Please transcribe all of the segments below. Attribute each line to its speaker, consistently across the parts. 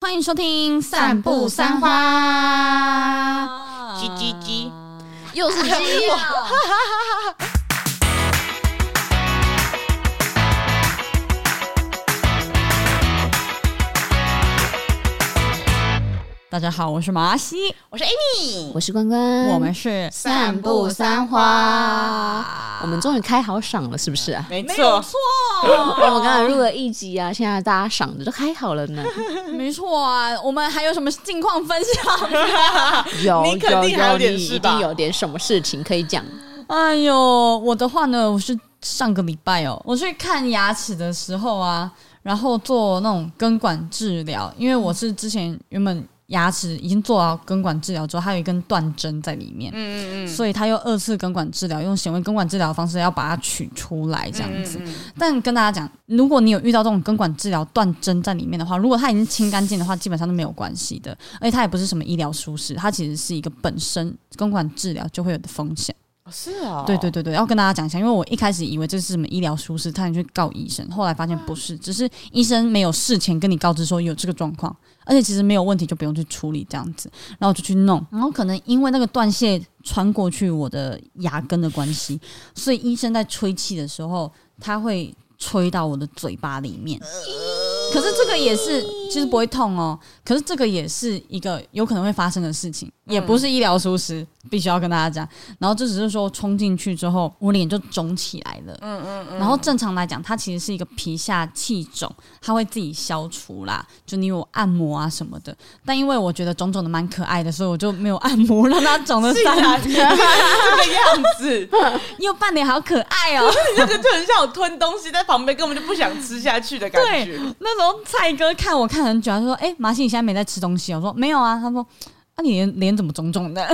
Speaker 1: 欢迎收听《
Speaker 2: 散步三花》，
Speaker 3: 叽叽叽，
Speaker 1: 又是鸡 了。大家好，我是马西，
Speaker 3: 我是 Amy，
Speaker 2: 我是关关，
Speaker 1: 我们是
Speaker 2: 嗯散步三花，我们终于开好赏了，是不是啊？
Speaker 3: 没
Speaker 1: 没有
Speaker 3: 错，
Speaker 1: 错，
Speaker 3: 啊
Speaker 2: 我 们刚才录了一集啊，现在大家赏的都开好了呢。
Speaker 1: 没错啊。我们还有什么近况分享？
Speaker 2: 有
Speaker 3: 你肯定
Speaker 2: 有
Speaker 3: 还有
Speaker 2: 有，
Speaker 3: 点
Speaker 2: 你
Speaker 3: 事
Speaker 2: 一
Speaker 3: 吧
Speaker 2: 定有点什么事情可以 讲。
Speaker 1: 哎呦，我的话呢，我是上个礼拜哦，我去看牙齿的时候啊，然后做那种根管治疗，因为我是之前原本牙齿已经做好根管治疗之后，还有一根断针在里面，
Speaker 3: 嗯嗯
Speaker 1: 所以他又二次根管治疗，用显微根管治疗的方式要把它取出来这样子。
Speaker 3: 嗯
Speaker 1: 但跟大家讲，如果你有遇到这种根管治疗断针在里面的话，如果它已经清干净的话，基本上都没有关系的，而且它也不是什么医疗疏失，它其实是一个本身根管治疗就会有的风险。
Speaker 3: 嗯，是啊，
Speaker 1: 对对对对，要跟大家讲一下，因为我一开始以为这是什么医疗疏失，差点去告医生，后来发现不是，只是医生没有事前跟你告知说有这个状况，而且其实没有问题就不用去处理这样子，然后我就去弄，然后可能因为那个断线穿过去我的牙根的关系，所以医生在吹气的时候，他会吹到我的嘴巴里面。可是这个也是，其实不会痛哦。可是这个也是一个有可能会发生的事情，也不是医疗疏失，必须要跟大家讲。然后这只是说冲进去之后，我脸就肿起来了。嗯嗯然后正常来讲，它其实是一个皮下气肿，它会自己消除啦，就你有按摩啊什么的。但因为我觉得肿肿的蛮可爱的，所以我就没有按摩，让它 肿了
Speaker 3: 竟
Speaker 1: 三
Speaker 3: 然这个样 子，
Speaker 1: 又半脸好可爱哦、
Speaker 3: 这个就很像我吞东西在旁边，根本就不想吃下去的感觉。
Speaker 1: 那时候蔡哥看我看很久，他说：“哎、马西，你现在没在吃东西哦？”我说：“没有啊。”他说：“啊，你脸脸怎么肿肿的？”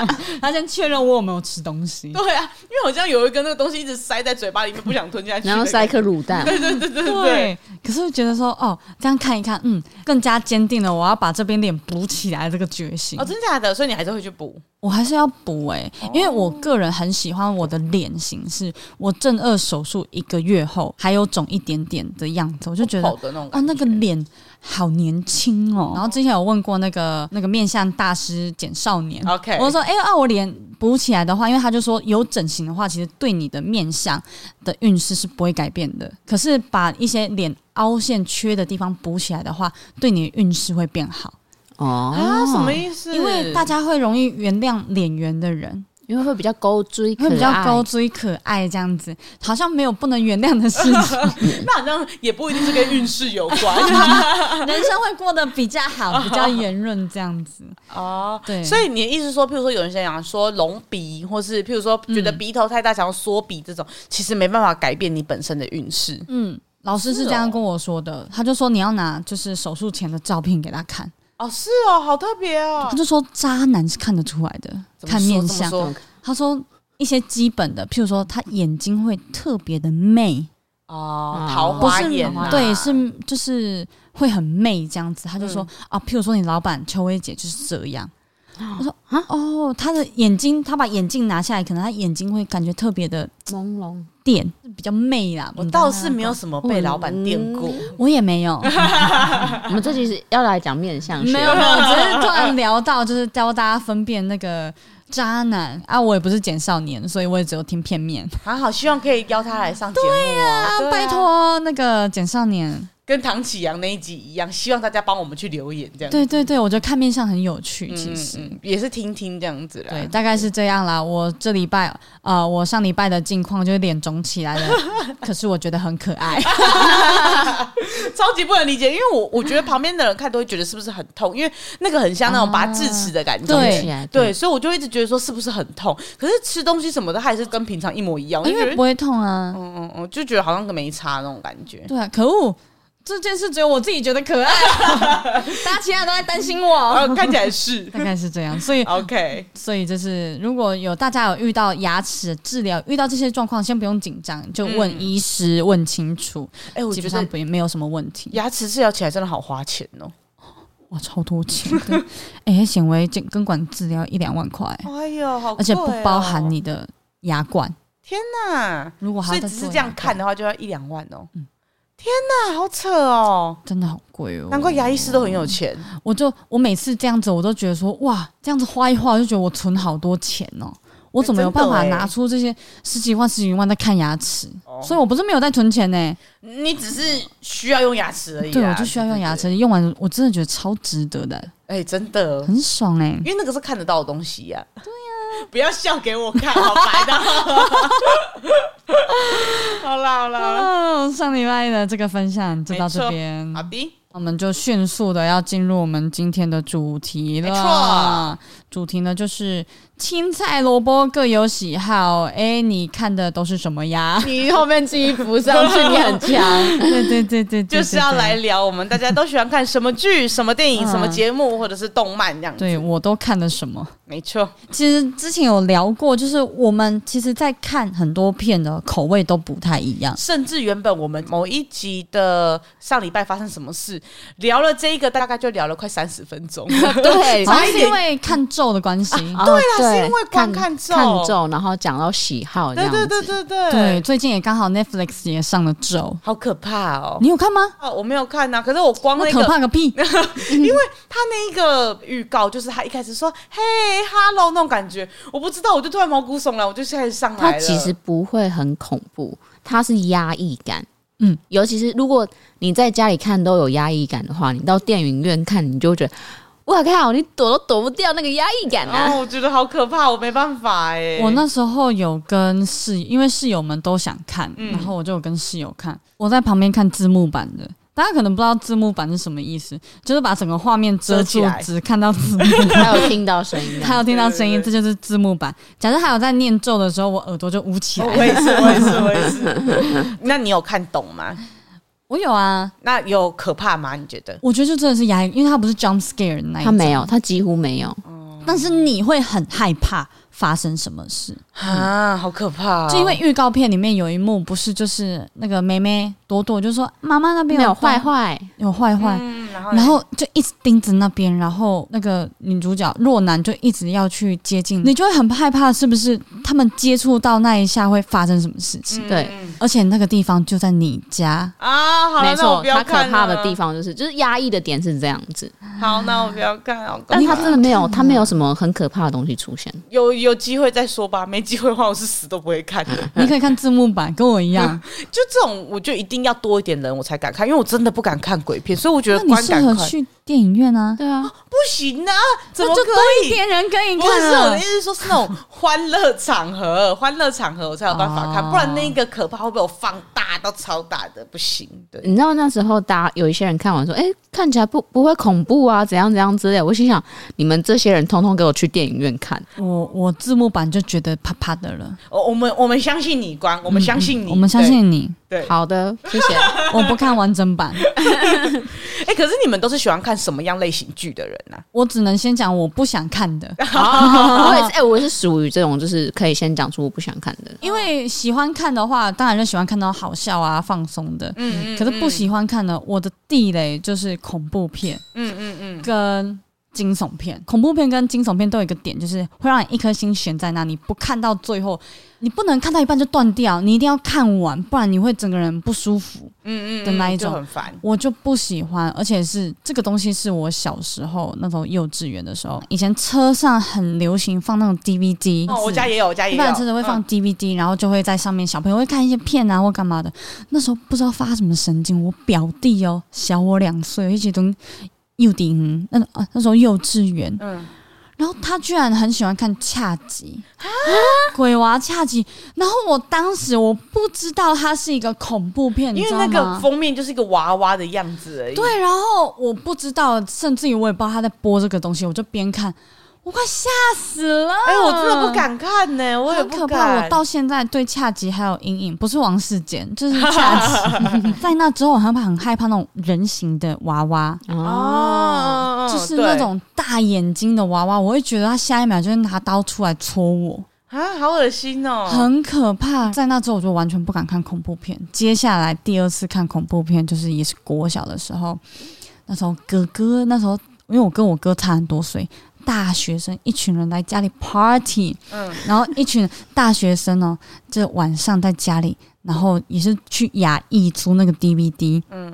Speaker 1: 他先确认我有没有吃东西。
Speaker 3: 对啊，因为好像有一根那个东西一直塞在嘴巴里面，不想吞下去的
Speaker 2: 然
Speaker 3: 感觉。
Speaker 2: 后塞一颗卤 蛋，
Speaker 3: 对对对，
Speaker 1: 可是我觉得说哦，这样看一看，嗯，更加坚定了我要把这边脸补起来这个决心。
Speaker 3: 哦，真哦假的，所以你还是会去补。
Speaker 1: 我还是要补哎、因为我个人很喜欢我的脸型，是我正颚手术一个月后还有肿一点点的样子，我就觉得
Speaker 3: 好的那种
Speaker 1: 啊，
Speaker 3: 感觉
Speaker 1: 那个脸好年轻哦。然后之前有问过那个那个面相大师简少年
Speaker 3: OK
Speaker 1: 我就说哎、啊，我脸补起来的话，因为他就说有整形的话，其实对你的面相的运势是不会改变的。可是把一些脸凹陷缺的地方补起来的话，对你的运势会变好，
Speaker 2: 哦
Speaker 3: 啊，什么意思？
Speaker 1: 因为大家会容易原谅脸圆的人，
Speaker 2: 因为会比较勾追，
Speaker 1: 会比较
Speaker 2: 可爱
Speaker 1: 高追可爱这样子，好像没有不能原谅的事 情，
Speaker 3: 那好像也不一定是跟运势有关
Speaker 1: 人生会过得比较好，比较圆润这样子。
Speaker 3: 哦。
Speaker 1: 对，
Speaker 3: 所以你的意思是说，譬如说有人想说隆鼻，或是譬如说觉得鼻头太大想要缩鼻这种，其实没办法改变你本身的运势。
Speaker 1: 嗯，老师是
Speaker 3: 是
Speaker 1: 这样
Speaker 3: 哦
Speaker 1: 跟我说的，他就说你要拿就是手术前的照片给他看，
Speaker 3: 哦，是哦，好特别哦
Speaker 1: 他。就说渣男是看得出来的，
Speaker 3: 怎么
Speaker 1: 看
Speaker 3: 说
Speaker 1: 面
Speaker 3: 怎么
Speaker 1: 相。
Speaker 3: 说
Speaker 1: 他说一些基本的，譬如说他眼睛会特别的媚，
Speaker 3: 哦，
Speaker 2: 嗯
Speaker 3: 桃
Speaker 1: 不
Speaker 3: 花
Speaker 1: 是
Speaker 3: 眼
Speaker 2: 桃
Speaker 3: 啊
Speaker 2: 花
Speaker 1: 对，是就是会很媚这样子。他就说、
Speaker 3: 嗯
Speaker 1: 啊，譬如说你老板邱薇姐就是这样。我说啊哦，他的眼睛，他把眼镜拿下来，可能他眼睛会感觉特别的
Speaker 2: 朦胧，
Speaker 1: 电，比较媚啦。
Speaker 3: 我
Speaker 1: 你知道
Speaker 3: 倒
Speaker 1: 吗
Speaker 3: 是没有，什么被老板电过。
Speaker 1: 我也没有，
Speaker 2: 我们这集是要来讲面相学，啊
Speaker 1: 没有没 有，只是突然聊到，就是教大家分辨那个渣男啊。我也不是简少年，所以我也只有听片 面。
Speaker 3: 还好，希望可以邀他来上节目啊！对啊
Speaker 1: 拜，托，那个简少年，
Speaker 3: 跟唐启阳那一集一样，希望大家帮我们去留言，这样
Speaker 1: 对对对，我觉得看面相很有趣，
Speaker 3: 嗯
Speaker 1: 其实。
Speaker 3: 嗯嗯也是听听这样子啦。
Speaker 1: 对，大啊概是这样啦。我这礼拜，呃，我上礼拜的近况就是脸肿起来 了，可是我觉得很可爱。
Speaker 3: 超级不能理解，因为我我觉得旁边的人看都会觉得是不是很痛，因为那个很像那种拔智齿的感
Speaker 1: 啊
Speaker 3: 觉。
Speaker 1: 对
Speaker 2: 起来
Speaker 3: 对，所以我就一直觉得说是不是很痛，可是吃东西什么的还是跟平常一模一 样，我就
Speaker 1: 因
Speaker 3: 觉
Speaker 1: 为
Speaker 3: 得
Speaker 1: 不会痛啊。
Speaker 3: 嗯嗯嗯，就觉得好像没差那种感觉。
Speaker 1: 对啊，可恶，这件事只有我自己觉得可 爱，大家其他人都在担心我。
Speaker 3: 然哦后看起来 是
Speaker 1: 大概是这样，所以
Speaker 3: OK，
Speaker 1: 所以就是，如果有大家有遇到牙齿治疗遇到这些状况，先不用紧张，就问医师、问清楚，
Speaker 3: 嗯哎、我
Speaker 1: 基
Speaker 3: 觉
Speaker 1: 本上
Speaker 3: 得
Speaker 1: 不没有什么问题。
Speaker 3: 牙齿治疗起来真的好花钱哦。
Speaker 1: 哇，超多钱的！ 哎，显微镜根管治疗一两万块，
Speaker 3: 哎呦，好、
Speaker 1: 而且不包含。你的牙冠。
Speaker 3: 天哪！
Speaker 1: 如果还
Speaker 3: 所
Speaker 1: 要
Speaker 3: 以
Speaker 1: 再
Speaker 3: 只是
Speaker 1: 做
Speaker 3: 这
Speaker 1: 牙
Speaker 3: 样
Speaker 1: 冠
Speaker 3: 看的话，就要一两万哦。啊，好扯哦，
Speaker 1: 真的好贵嗯哦。
Speaker 3: 难怪牙医师都很有钱。
Speaker 1: 我就我每次这样子，我都觉得说哇，这样子花一花，我就觉得我存好多钱哦。我怎么有办法
Speaker 3: 真的欸哦
Speaker 1: 拿出这些十几万、十几万在看牙齿？所以我不是没有在存钱呢、欸
Speaker 3: 你只是需要用牙齿而已、啊。
Speaker 1: 对，我就需要用牙齿，用完我真的觉得超值得的，
Speaker 3: 对。哎、真的，
Speaker 1: 很爽哎、
Speaker 3: 因为那个是看得到的东西啊呀、对呀、不要笑给我看，好白的。 好啦好啦，好啦
Speaker 1: 哦，上礼拜的这个分享就到这边，
Speaker 3: 好的，
Speaker 1: 我们就迅速的要进入我们今天的主题
Speaker 3: 没错
Speaker 1: 了。主题呢就是青菜萝卜各有喜好，哎，你看的都是什么呀？
Speaker 2: 你后面记忆浮上去，你 很强。
Speaker 1: 对对对对，对
Speaker 3: 就是要。来
Speaker 1: 对对
Speaker 3: 聊我们大家都喜欢看什么剧、什么电影、
Speaker 1: 嗯
Speaker 3: 什么节目或者是动漫这样子。
Speaker 1: 对我都看了什么？
Speaker 3: 没错，
Speaker 1: 其实之前有聊过，就是我们其实，在看很多片的口味都不太一样。
Speaker 3: 甚至原本我们某一集的上礼拜发生什么事，聊了这一个大概就聊了快三十分 钟。
Speaker 2: 对，
Speaker 1: 好像是因为看咒的关系，
Speaker 2: 哦对啦
Speaker 3: 是因为光看咒
Speaker 2: 看咒，然后讲到喜好这
Speaker 3: 对
Speaker 2: 样
Speaker 3: 对
Speaker 2: 子。
Speaker 3: 对对对
Speaker 1: 对，，最近也刚好 Netflix 也上了咒，
Speaker 3: 好可怕哦！
Speaker 1: 你有看吗？
Speaker 3: 啊，我没有看呐、可是我光
Speaker 1: 那
Speaker 3: 那
Speaker 1: 可
Speaker 3: 个
Speaker 1: 怕个 屁！
Speaker 3: 他那一个预告，就是他一开始说“嘿，hello” 那种感觉，我不知道，我就突然毛骨悚然，我就开始上来
Speaker 2: 它
Speaker 3: 了。
Speaker 2: 其实不会很恐怖，它是压抑感。
Speaker 1: 嗯，
Speaker 2: 尤其是如果你在家里看都有压抑感的话，你到电影院看，你就会觉得，哇靠，你躲都躲不掉那个压抑感啊！
Speaker 3: 哦，我觉得好可怕，我没办法哎、
Speaker 1: 我那时候有跟室，因为室友们都想看，
Speaker 3: 嗯
Speaker 1: 然后我就有跟室友看，我在旁边看字幕版的。大家可能不知道字幕版是什么意思，就是把整个画面遮
Speaker 3: 遮起
Speaker 1: 住
Speaker 3: 来，
Speaker 1: 只看到字幕，
Speaker 2: 还有听到声音
Speaker 1: 还
Speaker 2: 啊，
Speaker 1: 有听到声音，
Speaker 3: 对
Speaker 1: 这就是字幕版。假设还有在念咒的时候，我耳朵就捂起来。
Speaker 3: 我也是，我也是，我也是。 那你有看懂吗？
Speaker 1: 我有啊，
Speaker 3: 那有可怕吗？你觉得？
Speaker 1: 我觉得就真的是压抑，因为它不是 jump scare 的那一
Speaker 2: 他没
Speaker 1: 种，
Speaker 2: 有，他几乎没有。
Speaker 1: 但是你会很害怕发生什么事。
Speaker 3: 啊，好可怕、哦！
Speaker 1: 就因为预告片里面有一幕，不是就是那个妹妹朵朵就说妈妈那边
Speaker 2: 没有坏
Speaker 1: 坏
Speaker 2: 坏，
Speaker 1: 有坏坏，
Speaker 3: 嗯，然后呢
Speaker 1: 然后就一直盯着那边，然后那个女主角若男就一直要去接近，你就会很害怕是不是他们接触到那一下会发生什么事情？
Speaker 3: 嗯
Speaker 2: 对
Speaker 3: 嗯
Speaker 1: 而且那个地方就在你家，
Speaker 3: 啊，好
Speaker 2: 没
Speaker 3: 了，那我
Speaker 2: 错，
Speaker 3: 不要
Speaker 2: 他可
Speaker 3: 看
Speaker 2: 怕
Speaker 3: 了
Speaker 2: 的地。方就是，就是压抑的点是这样子，
Speaker 3: 好，那我不要看。好可
Speaker 2: 但他
Speaker 3: 怕
Speaker 2: 真的没有，他没有什么很可怕的东西出现。
Speaker 3: 有有机会再说吧，没机会的话，我是死都不会 看的。
Speaker 1: 你可以看字幕版，跟我一 样。
Speaker 3: 就这种，我就一定要多一点人我才敢看，因为我真的不敢看鬼片，所以我觉
Speaker 1: 那
Speaker 3: 得
Speaker 1: 你
Speaker 3: 观
Speaker 1: 适
Speaker 3: 感
Speaker 1: 合
Speaker 3: 快
Speaker 1: 去电影院啊，
Speaker 2: 对啊，
Speaker 3: 不行啊， 怎么
Speaker 1: 那
Speaker 3: 可
Speaker 1: 就多一
Speaker 3: 以？
Speaker 1: 点人可 以
Speaker 3: 不是
Speaker 1: 看
Speaker 3: 我的
Speaker 1: 啊
Speaker 3: 意。思，说是那种欢乐场合， 欢乐场合我才有办法看，
Speaker 1: 哦
Speaker 3: 不然那个可怕会被我放大到超大的，不行。
Speaker 1: 嗯
Speaker 3: 对，
Speaker 2: 你知道那时候大家有一些人看完说，哎、看起来不不会恐怖啊，怎样怎样之类。我心想，你们这些人通通给我去电影院看，
Speaker 1: 我我字幕版就觉得啪啪的了，嗯
Speaker 3: 我我们我们相信你，光我们相信你，
Speaker 1: 我们相信你，
Speaker 3: 对。对，
Speaker 2: 好的，谢谢。
Speaker 1: 我不看完整版。
Speaker 3: 哎、可是你们都是喜欢看什么样类型剧的人啊呢、
Speaker 1: 我只能先讲我不想看 的，
Speaker 2: 我也是，哎、我是属于这种，就是可以先讲出我不想看的。
Speaker 1: 因为喜欢看的话，当然就喜欢看到好笑啊、放松的。
Speaker 3: 嗯
Speaker 1: 可是不，喜欢看的，我的地雷就是恐怖片
Speaker 3: 嗯嗯嗯，
Speaker 1: 跟惊悚片。恐怖片跟惊悚片都有一个点，就是会让你一颗心悬在那里，不看到最后，你不能看到一半就断掉，你一定要看完，不然你会整个人不舒服。
Speaker 3: 嗯嗯
Speaker 1: 的那一
Speaker 3: 就
Speaker 1: 种
Speaker 3: 很烦。
Speaker 1: 我就不喜欢，而且是这个东西是我小时候那种幼稚园的时候，以前车上很流行放那种 DVD，
Speaker 3: 哦，我家也有，我家也
Speaker 1: 一
Speaker 3: 有，
Speaker 1: 般车子会
Speaker 3: 嗯
Speaker 1: 放 DVD，、然后就会在上面小朋友会看一些片啊或干嘛的。那时候不知道发什么神经，我表弟哦，小我两岁，一起读幼稚园，那啊那时候幼稚园，
Speaker 3: 嗯，嗯，
Speaker 1: 然后他居然很喜欢看恰吉
Speaker 3: 啊
Speaker 1: 鬼娃恰吉，然后我当时我不知道它是一个恐怖片，你
Speaker 3: 因为
Speaker 1: 知
Speaker 3: 那
Speaker 1: 道
Speaker 3: 个
Speaker 1: 吗？
Speaker 3: 封面就是一个娃娃的样子而已。
Speaker 1: 对，然后我不知道，甚至于我也不知道他在播这个东西，我就边看，我快吓死了！
Speaker 3: 哎、我真的不敢看呢、我
Speaker 1: 啊
Speaker 3: 也
Speaker 1: 很
Speaker 3: 不
Speaker 1: 可怕，
Speaker 3: 敢。
Speaker 1: 我到现在对恰吉还有阴影，不是王世坚，就是恰 吉。在那之后，我很怕很害怕那种人形的娃娃，
Speaker 2: 哦，
Speaker 3: 哦，
Speaker 1: 就是
Speaker 3: 对
Speaker 1: 那种大眼睛的娃娃，我会觉得他下一秒就会拿刀出来戳我，
Speaker 3: 啊，好恶心哦，
Speaker 1: 很可怕。在那之后，我就完全不敢看恐怖片。接下来第二次看恐怖片，就是也是国小的时候，那时候哥哥那时候，因为我跟我哥差很多岁。大学生一群人来家里 party，
Speaker 3: 嗯，
Speaker 1: 然后一群大学生哦，就晚上在家里然后也是去雅艺租那个 DVD，嗯，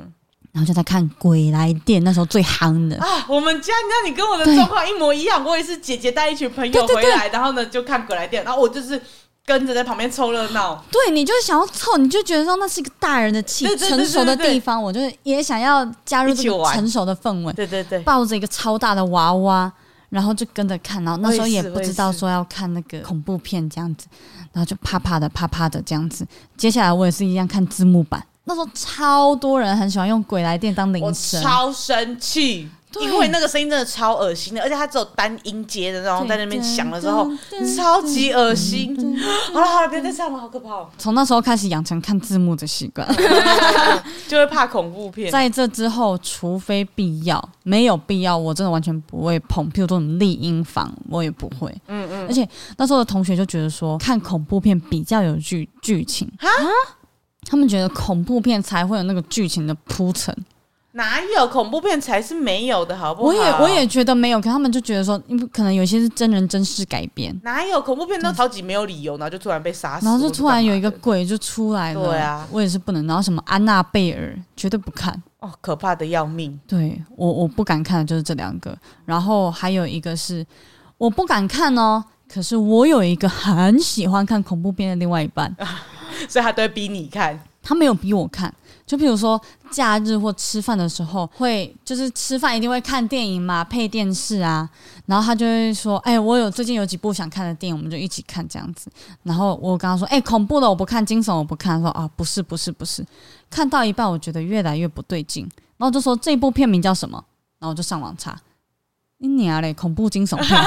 Speaker 1: 然后就在看《鬼来电》，那时候最夯的。
Speaker 3: 啊，我们家，你知道你跟我的状况一模一样，我也是姐姐带一群朋
Speaker 1: 对
Speaker 3: 友
Speaker 1: 对
Speaker 3: 回
Speaker 1: 对
Speaker 3: 来，然后呢就看鬼来电，然后我就是跟着在旁边凑热闹。
Speaker 1: 对，你就是想要凑，你就觉得说那是一个大人的气
Speaker 3: 对对对
Speaker 1: 成熟的
Speaker 3: 对对对
Speaker 1: 地方，我就是也想要加入
Speaker 3: 一
Speaker 1: 这
Speaker 3: 起
Speaker 1: 个
Speaker 3: 玩
Speaker 1: 成熟的氛围，
Speaker 3: 对对对，
Speaker 1: 抱着一个超大的娃娃，然后就跟着看，然后那时候也不知道说要看那个恐怖片这样子，然后就啪啪的啪啪的这样子。接下来我也是一样看字幕版，那时候超多人很喜欢用鬼来电当
Speaker 3: 我
Speaker 1: 铃声，
Speaker 3: 超生气，
Speaker 1: 对
Speaker 3: 因为那个声音真的超恶心的，而且它只有单音阶的，然后在那边响了之后
Speaker 1: 噔，噔
Speaker 3: 超级恶心。好了好了，别再唱了，好可怕哦，
Speaker 1: 从那时候开始养成看字幕的习惯。
Speaker 3: 就会怕恐怖片。
Speaker 1: 在这之后，除非必要，没有必要，我真的完全不会碰。譬如说什么丽婴房，我也不会。嗯嗯。而且那时候的同学就觉得说，看恐怖片比较有剧剧情啊，他们觉得恐怖片才会有那个剧情的铺陈。
Speaker 3: 哪有恐怖片才是没有的，好不好？
Speaker 1: 我也我也觉得没有，可他们就觉得说，因为可能有些是真人真事改编，
Speaker 3: 哪有恐怖片都超级没有理由，然后就突然被杀死，
Speaker 1: 然后就突然有一个
Speaker 3: 啊或者干嘛
Speaker 1: 鬼就出来了。
Speaker 3: 对啊
Speaker 1: 我也是不能。然后什么安娜贝尔，绝对不看。
Speaker 3: 的哦，可怕的要命。
Speaker 1: 对我我不敢看的就是这两个，然后还有一个是我不敢看哦，可是我有一个很喜欢看恐怖片的另外一半，
Speaker 3: 所以他都会逼你看。
Speaker 1: 他没有逼我看。就比如说假日或吃饭的时候，会就是吃饭一定会看电影嘛，配电视啊，然后他就会说：“哎、我有最近有几部想看的电影，我们就一起看这样子。”然后我跟他说：“哎、恐怖的我不看，惊悚我不看。”他说：“啊，不是不是不是。”看到一半，我觉得越来越不对劲，然后我就说：“这部片名叫什么？”然后我就上网查，你娘嘞，恐怖惊悚片。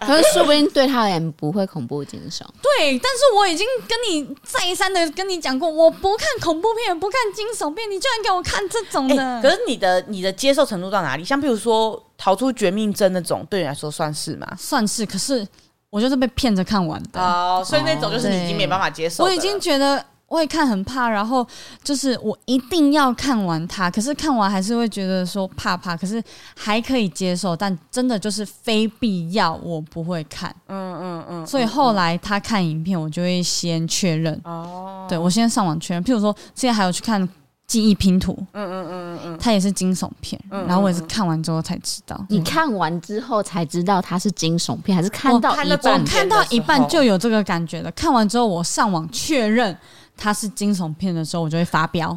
Speaker 2: 可是说不定对他而言不会恐怖惊悚。
Speaker 1: 对，但是我已经跟你再三的跟你讲过，我不看恐怖片，也不看惊悚片，你居然给我看这种
Speaker 3: 哎、
Speaker 1: 的。
Speaker 3: 可是你的你的接受程度到哪里？像比如说《逃出绝命镇》那种，对你来说算是吗？
Speaker 1: 算是，可是我就是被骗着看完的。
Speaker 3: 哦，所以那种就是你已经
Speaker 1: 对
Speaker 3: 没办法接受
Speaker 1: 我
Speaker 3: 的了，
Speaker 1: 已经觉得我也看很怕，然后就是我一定要看完它，可是看完还是会觉得说怕怕，可是还可以接受，但真的就是非必要我不会看。
Speaker 3: 嗯嗯嗯，
Speaker 1: 所以后来他看影片，我就会先确认，
Speaker 3: 哦，
Speaker 1: 对我先上网确认。譬如说，之前还有去看《记忆拼图》，
Speaker 3: 嗯嗯嗯嗯
Speaker 1: 它也是惊悚片，
Speaker 3: 嗯
Speaker 1: 然后我也是看完之后才知道。
Speaker 2: 你看完之后才知道它是惊悚片，还是哦看到
Speaker 3: 我看
Speaker 2: 一
Speaker 3: 了
Speaker 2: 半
Speaker 3: 中间
Speaker 1: 哦看到一半就有这个感觉了。看完之后，我上网确认它是惊悚片的时候，我就会发 飙。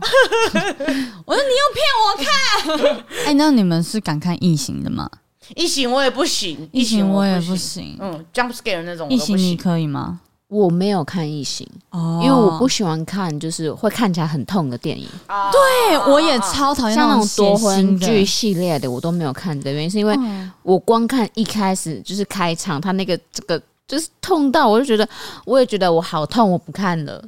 Speaker 1: 我说你又骗我 看！哎，那你们是敢看异形的吗？
Speaker 3: 嗯，异形我也不行，
Speaker 1: 异形我也不
Speaker 3: 行，
Speaker 1: 行，
Speaker 3: 嗯，jump scare 那种我
Speaker 1: 异
Speaker 3: 都不
Speaker 1: 形你
Speaker 3: 行。
Speaker 1: 可以吗？
Speaker 2: 我没有看异形，
Speaker 1: 哦
Speaker 2: 因为我不喜欢看就是会看起来很痛的电影，
Speaker 3: 啊
Speaker 1: 对，哎我也超讨厌
Speaker 2: 像那
Speaker 1: 哦种
Speaker 2: 种
Speaker 1: 血
Speaker 2: 夺
Speaker 1: 腥
Speaker 2: 魂剧
Speaker 1: 的。
Speaker 2: 系列的我都没有看的原因是因为
Speaker 1: 嗯
Speaker 2: 我光看一开始就是开场，他那个这个就是痛到我就觉得，我也觉得我好痛，我不看了。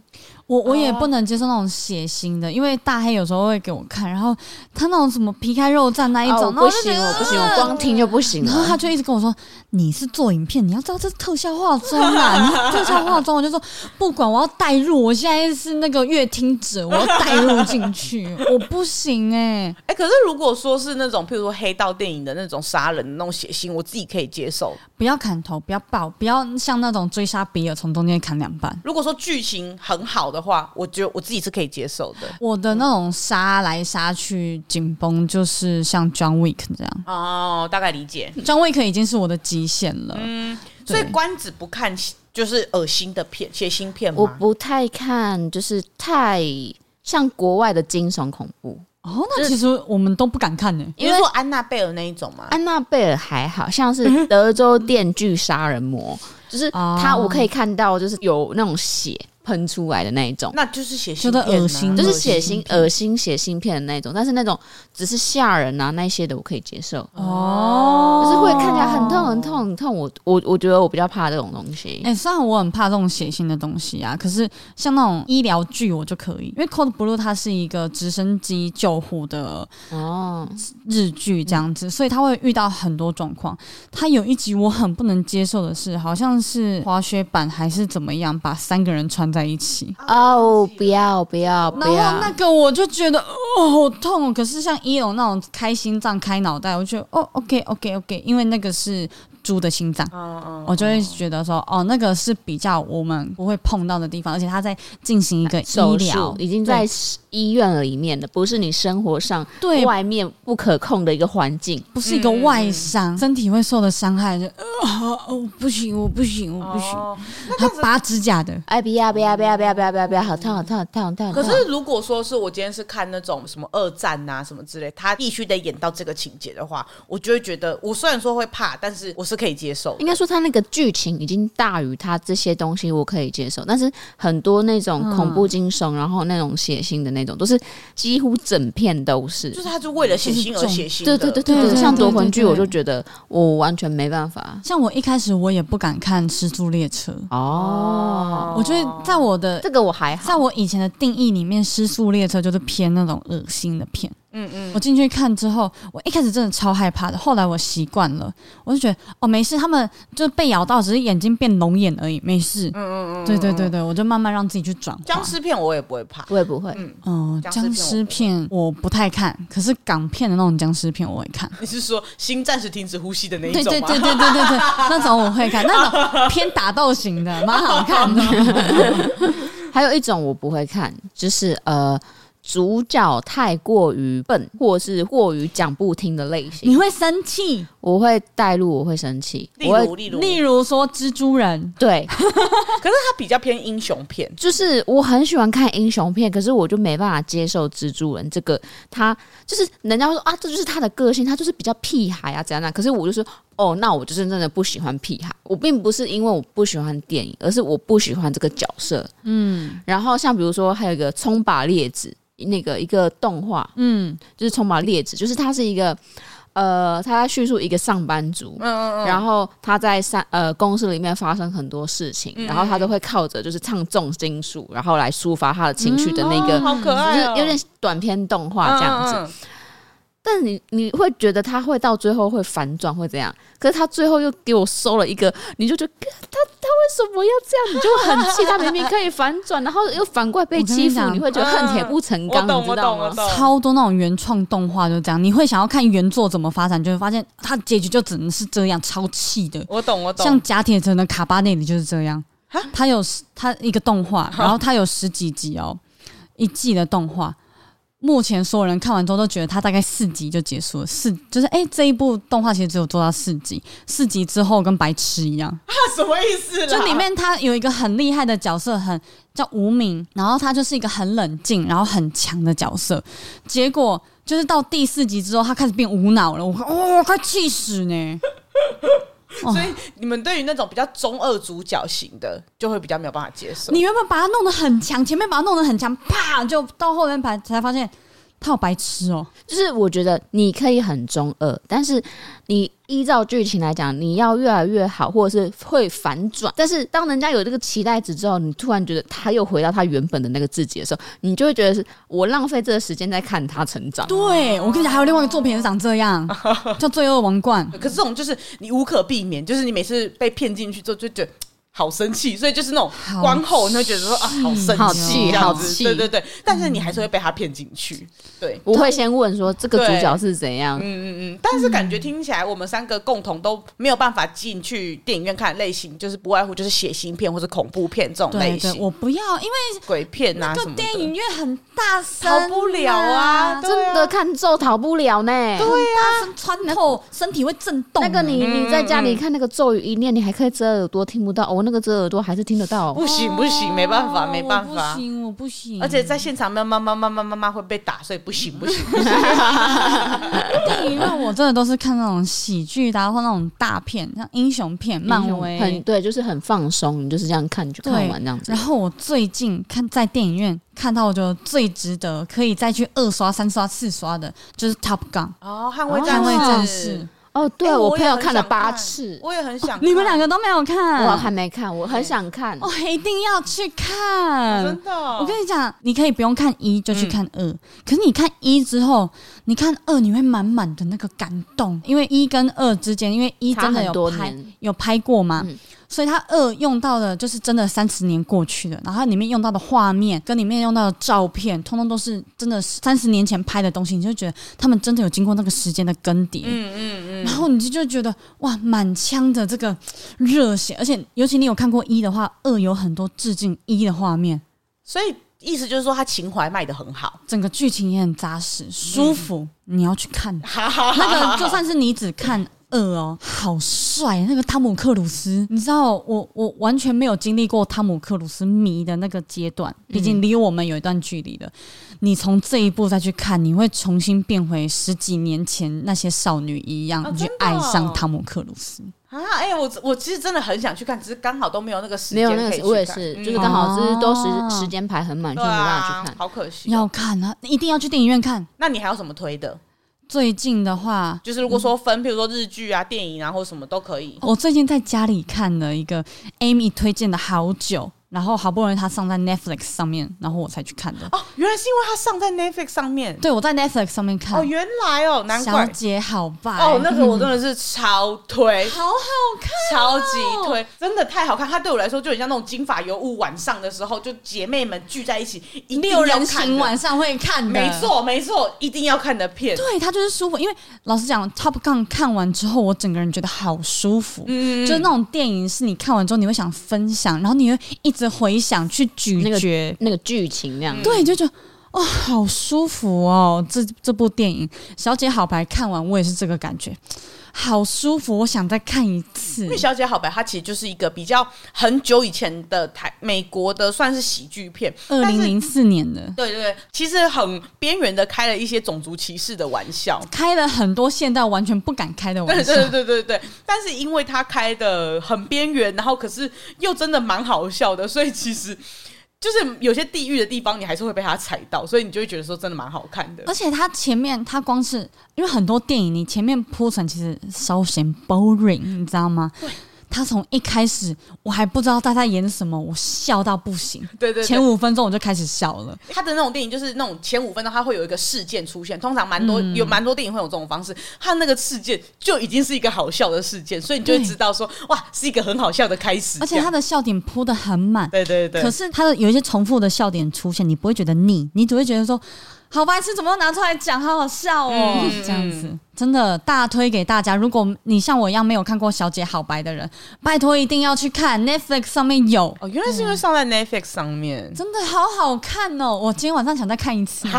Speaker 1: 我我
Speaker 2: 哦
Speaker 1: 也不能接受那种血腥的，因为大黑有时候会给我看，然后他那种什么皮开肉绽那一
Speaker 2: 哦
Speaker 1: 种，
Speaker 2: 我
Speaker 1: 那我
Speaker 2: 不
Speaker 1: 就觉
Speaker 2: 行，
Speaker 1: 得
Speaker 2: 我不行，我光听就不行
Speaker 1: 然后
Speaker 2: 了。
Speaker 1: 他就一直跟我说：“你是做影片，你要知道这是特效化妆啊，你是特效化妆。”我就说：“不管，我要带入，我现在是那个乐听者，我要带入进去，我不行哎、
Speaker 3: 哎、可是如果说是那种，譬如说黑道电影的那种杀人、那种血腥，我自己可以接受。
Speaker 1: 不要砍头，不要爆，不要像那种追杀比尔从中间砍两半。”
Speaker 3: 如果说剧情很好的话，我觉得我自己是可以接受的。
Speaker 1: 我的那种杀来杀去紧绷，就是像 John Wick 这样
Speaker 3: 哦，大概理解。
Speaker 1: ，John Wick 已经是我的极限了。
Speaker 3: 所以
Speaker 1: 对
Speaker 3: 关子不看就是恶心的片、血腥片吗？
Speaker 2: 我不太看，就是太像国外的惊悚恐怖。
Speaker 1: 哦，那其实我们都不敢看欸呢、
Speaker 3: 你是说安娜贝尔那一种吗？
Speaker 2: 安娜贝尔还好像是德州电锯杀人魔，就是它
Speaker 1: 哦
Speaker 2: 我可以看到就是有那种血喷出来的那一种，
Speaker 3: 那就是血腥
Speaker 1: 觉得
Speaker 3: 片啊
Speaker 1: 恶心
Speaker 2: 就是
Speaker 1: 血
Speaker 2: 血
Speaker 1: 腥
Speaker 2: 腥、恶心、血腥片的那一种。但是那种只是吓人啊那些的，我可以接受。
Speaker 1: 哦，
Speaker 2: 就是会看起来很痛很痛很痛。我我我觉得我比较怕这种东西。
Speaker 1: 哎、虽然我很怕这种血腥的东西啊，可是像那种医疗剧我就可以，因为《Code Blue》它是一个直升机救护的
Speaker 2: 哦，
Speaker 1: 日剧这样子，所以它会遇到很多状况。它有一集我很不能接受的是，好像是滑雪板还是怎么样，把三个人穿在一起。
Speaker 2: 哦，不要不要不
Speaker 1: 然后
Speaker 3: 啊
Speaker 2: 要
Speaker 1: 那！个我就觉得哦好痛哦，可是像一龙那种开心脏开脑袋，我就觉得哦 OK OK OK，因为那个是猪的心脏，
Speaker 3: 嗯嗯，
Speaker 1: 我就会觉得说，哦，那个是比较我们不会碰到的地方，而且他在进行一个医
Speaker 2: 手
Speaker 1: 疗
Speaker 2: 术，已经在医院里面的，不是你生活上
Speaker 1: 对，
Speaker 2: 外面不可控的一个环境。
Speaker 1: 不是一个外伤，
Speaker 3: 嗯
Speaker 1: 身体会受的伤害，就呃，哦，不行，我不行，我不行，
Speaker 3: 哦
Speaker 1: 还拔指甲的，
Speaker 2: 哎，不要不要不要不要不要不要不要，好烫好烫好烫好烫！
Speaker 3: 可是如果说是我今天是看那种什么二战啊什么之类，他必须得演到这个情节的话，我就会觉得我虽然说会怕，但是我是可以接受的。
Speaker 2: 应该说，他那个剧情已经大于他这些东西，我可以接受。但是很多那种恐怖惊悚，然后那种血腥的那种，都是几乎整片都是。
Speaker 3: 就是他就为了写信而写信，
Speaker 2: 对对对对
Speaker 1: 对
Speaker 2: 对，
Speaker 1: 对
Speaker 2: 像
Speaker 1: 对
Speaker 2: 夺魂剧，
Speaker 1: 对
Speaker 2: 我就觉得我完全没办法。
Speaker 1: 像我一开始我也不敢看《失速列车》，
Speaker 2: 哦，
Speaker 1: 我觉得在我的
Speaker 2: 这个我还好
Speaker 1: 在。我以前的定义里面，《失速列车》就是偏那种恶心的片。
Speaker 3: 嗯嗯，
Speaker 1: 我进去看之后，我一开始真的超害怕的，后来我习惯了，我就觉得哦没事，他们就是被咬到，只是眼睛变龙眼而已，没事。嗯嗯嗯，对对对对，我就慢慢让自己去转化。
Speaker 3: 僵，尸片我也不会 怕。
Speaker 2: 我也不会，
Speaker 1: 嗯，僵
Speaker 3: 僵
Speaker 1: 尸
Speaker 3: 尸
Speaker 1: 片我不太看，可是港片的那种僵尸片我会看。
Speaker 3: 你是说心暂时停止呼吸的那
Speaker 1: 对
Speaker 3: 一
Speaker 1: 对
Speaker 3: 种
Speaker 1: 对
Speaker 3: 吗？
Speaker 1: 对对对对，那种我会看，那种偏打斗型的蛮好看的。
Speaker 2: 还有一种我不会看，就是呃，主角太过于笨，或是过于讲不听的类型
Speaker 1: 你，会生气，
Speaker 2: 我会带入，我会生气，
Speaker 3: 例
Speaker 2: 我会
Speaker 3: 如例如，
Speaker 1: 嗯例如说蜘蛛人，
Speaker 2: 对，
Speaker 3: 可是它比较偏英雄片，
Speaker 2: 就是我很喜欢看英雄片，可是我就没办法接受蜘蛛人这个，他就是人家会说啊，这就是他的个性，他就是比较屁孩啊，怎样怎样。可是我就说，哦，那我就是真的不喜欢屁孩。我并不是因为我不喜欢电影，而是我不喜欢这个角色。嗯，然后像比如说还有一个冲把列子，那个一个动画，
Speaker 1: 嗯，
Speaker 2: 就是冲把列子，就是他是一个。呃，他在叙述一个上班族，
Speaker 3: 嗯
Speaker 2: 然后他在三呃公司里面发生很多事情，
Speaker 3: 嗯
Speaker 2: 然后他都会靠着就是唱重金属，然后来抒发他的情绪的那个，
Speaker 3: 好可
Speaker 2: 就
Speaker 3: 爱、哦，
Speaker 2: 嗯是有点短篇动画这样子。
Speaker 3: 嗯嗯嗯
Speaker 2: 但你你会觉得他会到最后会反转会怎样？可是他最后又给我收了一个，你就觉得干他他为什么要这样？你就很气，他明明可以反转，然后又反过来被
Speaker 1: 我跟
Speaker 2: 欺
Speaker 1: 你
Speaker 2: 负，
Speaker 1: 讲
Speaker 2: 你会觉得恨铁不成钢，
Speaker 3: 嗯我懂
Speaker 2: 你知道
Speaker 3: 我懂我
Speaker 2: 吗？
Speaker 3: 懂
Speaker 1: 超多那种原创动画就这样，你会想要看原作怎么发展，就会发现它的结局就只能是这样，超气的。
Speaker 3: 我懂我懂，
Speaker 1: 像假铁城的卡巴内里就是这样，它有十它一个动画，然后它有十几集哦，一季的动画。目前所有人看完之后都觉得它大概四集就结束了，四就是哎、这一部动画其实只有做到四集，四集之后跟白痴一样。
Speaker 3: 什么意 思啦？
Speaker 1: 就里面他有一个很厉害的角色，很叫无名，然后他就是一个很冷静，然后很强的角色。结果就是到第四集之后，他开始变无脑了，我哦，我快气死呢！哦
Speaker 3: 所以你们对于那种比较中二主角型的，就会比较没有办法接受。
Speaker 1: 你原本把他弄得很强，前面把他弄得很强，啪，就到后面才才发现他好白痴哦。
Speaker 2: 就是我觉得你可以很中二，但是你依照剧情来讲，你要越来越好，或者是会反转。但是当人家有这个期待值之后，你突然觉得他又回到他原本的那个自己的时候，你就会觉得是我浪费这个时间在看他成长。
Speaker 1: 对，我跟你讲，还有另外一个作品也是长这 样，叫《罪恶王冠》。
Speaker 3: 可是这种就是你无可避免，就是你每次被骗进去之后就觉得。好生气，所以就是那种
Speaker 1: 好
Speaker 3: 观后，你会觉得说啊，好生
Speaker 2: 好
Speaker 3: 气，
Speaker 2: 气
Speaker 3: 这样
Speaker 2: 好
Speaker 3: 子，
Speaker 2: 气
Speaker 3: 对对对。但是你还是会被他骗进去，对，
Speaker 2: 我会先问说这个主角是怎样，
Speaker 3: 嗯嗯嗯。但是感觉听起来，我们三个共同都没有办法进去电影院看的类型，就是不外乎就是血腥片或者恐怖片这种
Speaker 1: 对
Speaker 3: 类
Speaker 1: 对，
Speaker 3: 型，
Speaker 1: 我不要，因为
Speaker 3: 鬼片啊
Speaker 1: 那
Speaker 3: 什
Speaker 1: 个
Speaker 3: 么
Speaker 1: 电
Speaker 3: 的。
Speaker 1: 影院很大声、
Speaker 3: 逃不了啊对
Speaker 2: 真的看咒逃不了呢。
Speaker 1: 大声穿透，身体会震动。
Speaker 2: 那个你
Speaker 1: 嗯
Speaker 2: 你在家里看那个咒语一念，你还可以遮耳朵听不到，哦我、那个遮耳朵还是听得到、
Speaker 3: 不行不行，没办法没办
Speaker 1: 哦我
Speaker 3: 法
Speaker 1: 不。行，我不行。
Speaker 3: 而且在现场，妈妈妈妈妈妈妈会被打，所以不行不行。不行
Speaker 1: 电影院我真的都是看那种喜剧的啊、或那种大片，像英雄片、漫
Speaker 2: 很
Speaker 1: 威。
Speaker 2: 对，就是很放松，你就是这样看你就看
Speaker 1: 欸对
Speaker 2: 完这样子
Speaker 1: 然。后我最近看在电影院看到，我觉得最值得可以再去二刷、三刷、四刷的，就是《Top Gun
Speaker 3: 哦，捍卫》
Speaker 1: 捍
Speaker 3: 战
Speaker 1: 卫
Speaker 3: 士，
Speaker 1: 战士。
Speaker 2: 哦，对、
Speaker 3: 哎
Speaker 2: 我
Speaker 3: 我也
Speaker 2: 朋友
Speaker 3: 很
Speaker 2: 看了
Speaker 3: 想
Speaker 2: 八
Speaker 3: 看
Speaker 2: 次，
Speaker 3: 我也很想看。
Speaker 1: 你们两个都没有看，
Speaker 2: 我还没看，我
Speaker 3: 嗯
Speaker 2: 很想看。
Speaker 1: 哦，一定要去看，
Speaker 3: 真的哦，
Speaker 1: 我跟你讲，你可以不用看一就去看二，
Speaker 2: 嗯
Speaker 1: 可是你看一之后，你看二你会满满的那个感动，因为一跟二之间，因为一
Speaker 2: 差
Speaker 1: 真的
Speaker 2: 很多
Speaker 1: 有拍
Speaker 2: 年，
Speaker 1: 有拍过嘛，
Speaker 2: 嗯
Speaker 1: 所以它二用到的就是真的三十年过去了，然后它里面用到的画面跟里面用到的照片，通通都是真的三十年前拍的东西，你就觉得他们真的有经过那个时间的更迭，
Speaker 3: 嗯嗯嗯，
Speaker 1: 然后你就觉得哇，满腔的这个热血，而且尤其你有看过一的话，二有很多致敬一的画面，
Speaker 3: 所以意思就是说他情怀卖的很好，
Speaker 1: 整个剧情也很扎实、舒服，你要去看。
Speaker 3: 嗯 哈哈哈
Speaker 1: 那个就算是你只看二哦，好帅！那个汤姆克鲁斯，你知道我我完全没有经历过汤姆克鲁斯迷的那个阶段，
Speaker 3: 嗯
Speaker 1: 毕竟离我们有一段距离的。你从这一部再去看，你会重新变回十几年前那些少女一样，
Speaker 3: 哦
Speaker 1: 你去
Speaker 3: 真的
Speaker 1: 爱
Speaker 3: 哦
Speaker 1: 上汤姆克鲁斯。
Speaker 3: 啊！哎、我我其实真的很想去看，只是刚好都没有那个时
Speaker 2: 没
Speaker 3: 间
Speaker 2: 有
Speaker 3: 可
Speaker 2: 那
Speaker 3: 以去看。
Speaker 2: 个，我也是，就是
Speaker 3: 嗯
Speaker 2: 刚好就是都时
Speaker 1: 哦
Speaker 2: 时间排很满，
Speaker 3: 对
Speaker 2: 所以没办法
Speaker 3: 啊
Speaker 2: 去看，。
Speaker 3: 好可惜哦、
Speaker 1: 要看啊，一定要去电影院看。
Speaker 3: 那你还有什么推的？最
Speaker 1: 最近的话，
Speaker 3: 就是如果说分，譬如说日剧啊、电影啊，或什么都可
Speaker 2: 哦
Speaker 3: 以。
Speaker 1: 我最近在家里看了一个 Amy 推荐的好久，然后好不容易它上在 Netflix 上面，然后我才去看的。
Speaker 3: 哦，原来是因为它上在 Netflix 上面。
Speaker 1: 对，我在 Netflix 上面看。
Speaker 3: 哦，原来哦，难
Speaker 1: 小
Speaker 3: 怪。
Speaker 1: 姐好吧？
Speaker 3: 哦，那个我真的是超推，
Speaker 1: 好好看。
Speaker 2: 哦
Speaker 3: 超级推，真的太好看。它对我来说就很像那种金发尤物，晚上的时候就姐妹们聚在一起，一定
Speaker 1: 六
Speaker 3: 要
Speaker 1: 人
Speaker 3: 看
Speaker 1: 行
Speaker 3: 的。
Speaker 1: 晚上会看的，
Speaker 3: 没。错，没错，一定要看的片。
Speaker 1: 对，它就是舒服。因为老实讲，《Top Gun》看完之后，我整个人觉得好舒服。
Speaker 3: 嗯
Speaker 1: 就是那种电影，是你看完之后你会想分享，然后你会一直回想去咀
Speaker 2: 那个
Speaker 1: 嚼，
Speaker 2: 那个剧情那
Speaker 3: 嗯
Speaker 2: 样，
Speaker 1: 对，就觉得哦，好舒服哦。这这部电影《小姐好白》看完，我也是这个感觉，好舒服，我想再看一次
Speaker 3: 因为。《小姐好白》它其实就是一个比较很久以前的台美国的算是喜剧片，
Speaker 1: 二
Speaker 3: 但
Speaker 1: 零
Speaker 3: 是
Speaker 1: 零四年的，
Speaker 3: 对对对，其实很边缘的开了一些种族歧视的玩笑。
Speaker 1: 开了很多现代完全不敢开的玩
Speaker 3: 对
Speaker 1: 笑。
Speaker 3: 对对对对，但是因为他开的很边缘，然后可是又真的蛮好笑的，所以其实就是有些地域的地方，你还是会被他踩到，所以你就会觉得说真的蛮好看的。
Speaker 1: 而且它前面它光是因为很多电影，你前面铺陈其实稍显 boring，你知道吗？他从一开始我还不知道大家演什么，我笑到不行。
Speaker 3: 对对对，
Speaker 1: 前五分钟我就开始笑了，
Speaker 3: 他的那种电影就是那种前五分钟他会有一个事件出现，通常蛮多、有蛮多电影会有这种方式。他那个事件就已经是一个好笑的事件，所以你就会
Speaker 1: 对
Speaker 3: 知道说哇是一个很好笑的开始。
Speaker 1: 而且他
Speaker 3: 的
Speaker 1: 的笑点铺的很满，
Speaker 3: 对对对
Speaker 1: 可，是他的有一些重复的笑点出现，你不会觉得腻，你只会觉得说好白痴，怎么都拿出来讲，好好笑哦，
Speaker 3: 嗯
Speaker 1: 这样子。真的大推给大家，如果你像我一样没有看过《小姐好白》的人，拜托一定要去看，Netflix 上面有，
Speaker 3: 哦原来是因为上在 Netflix 上面。
Speaker 1: 真的好好看哦！我今天晚上想再看一次， 那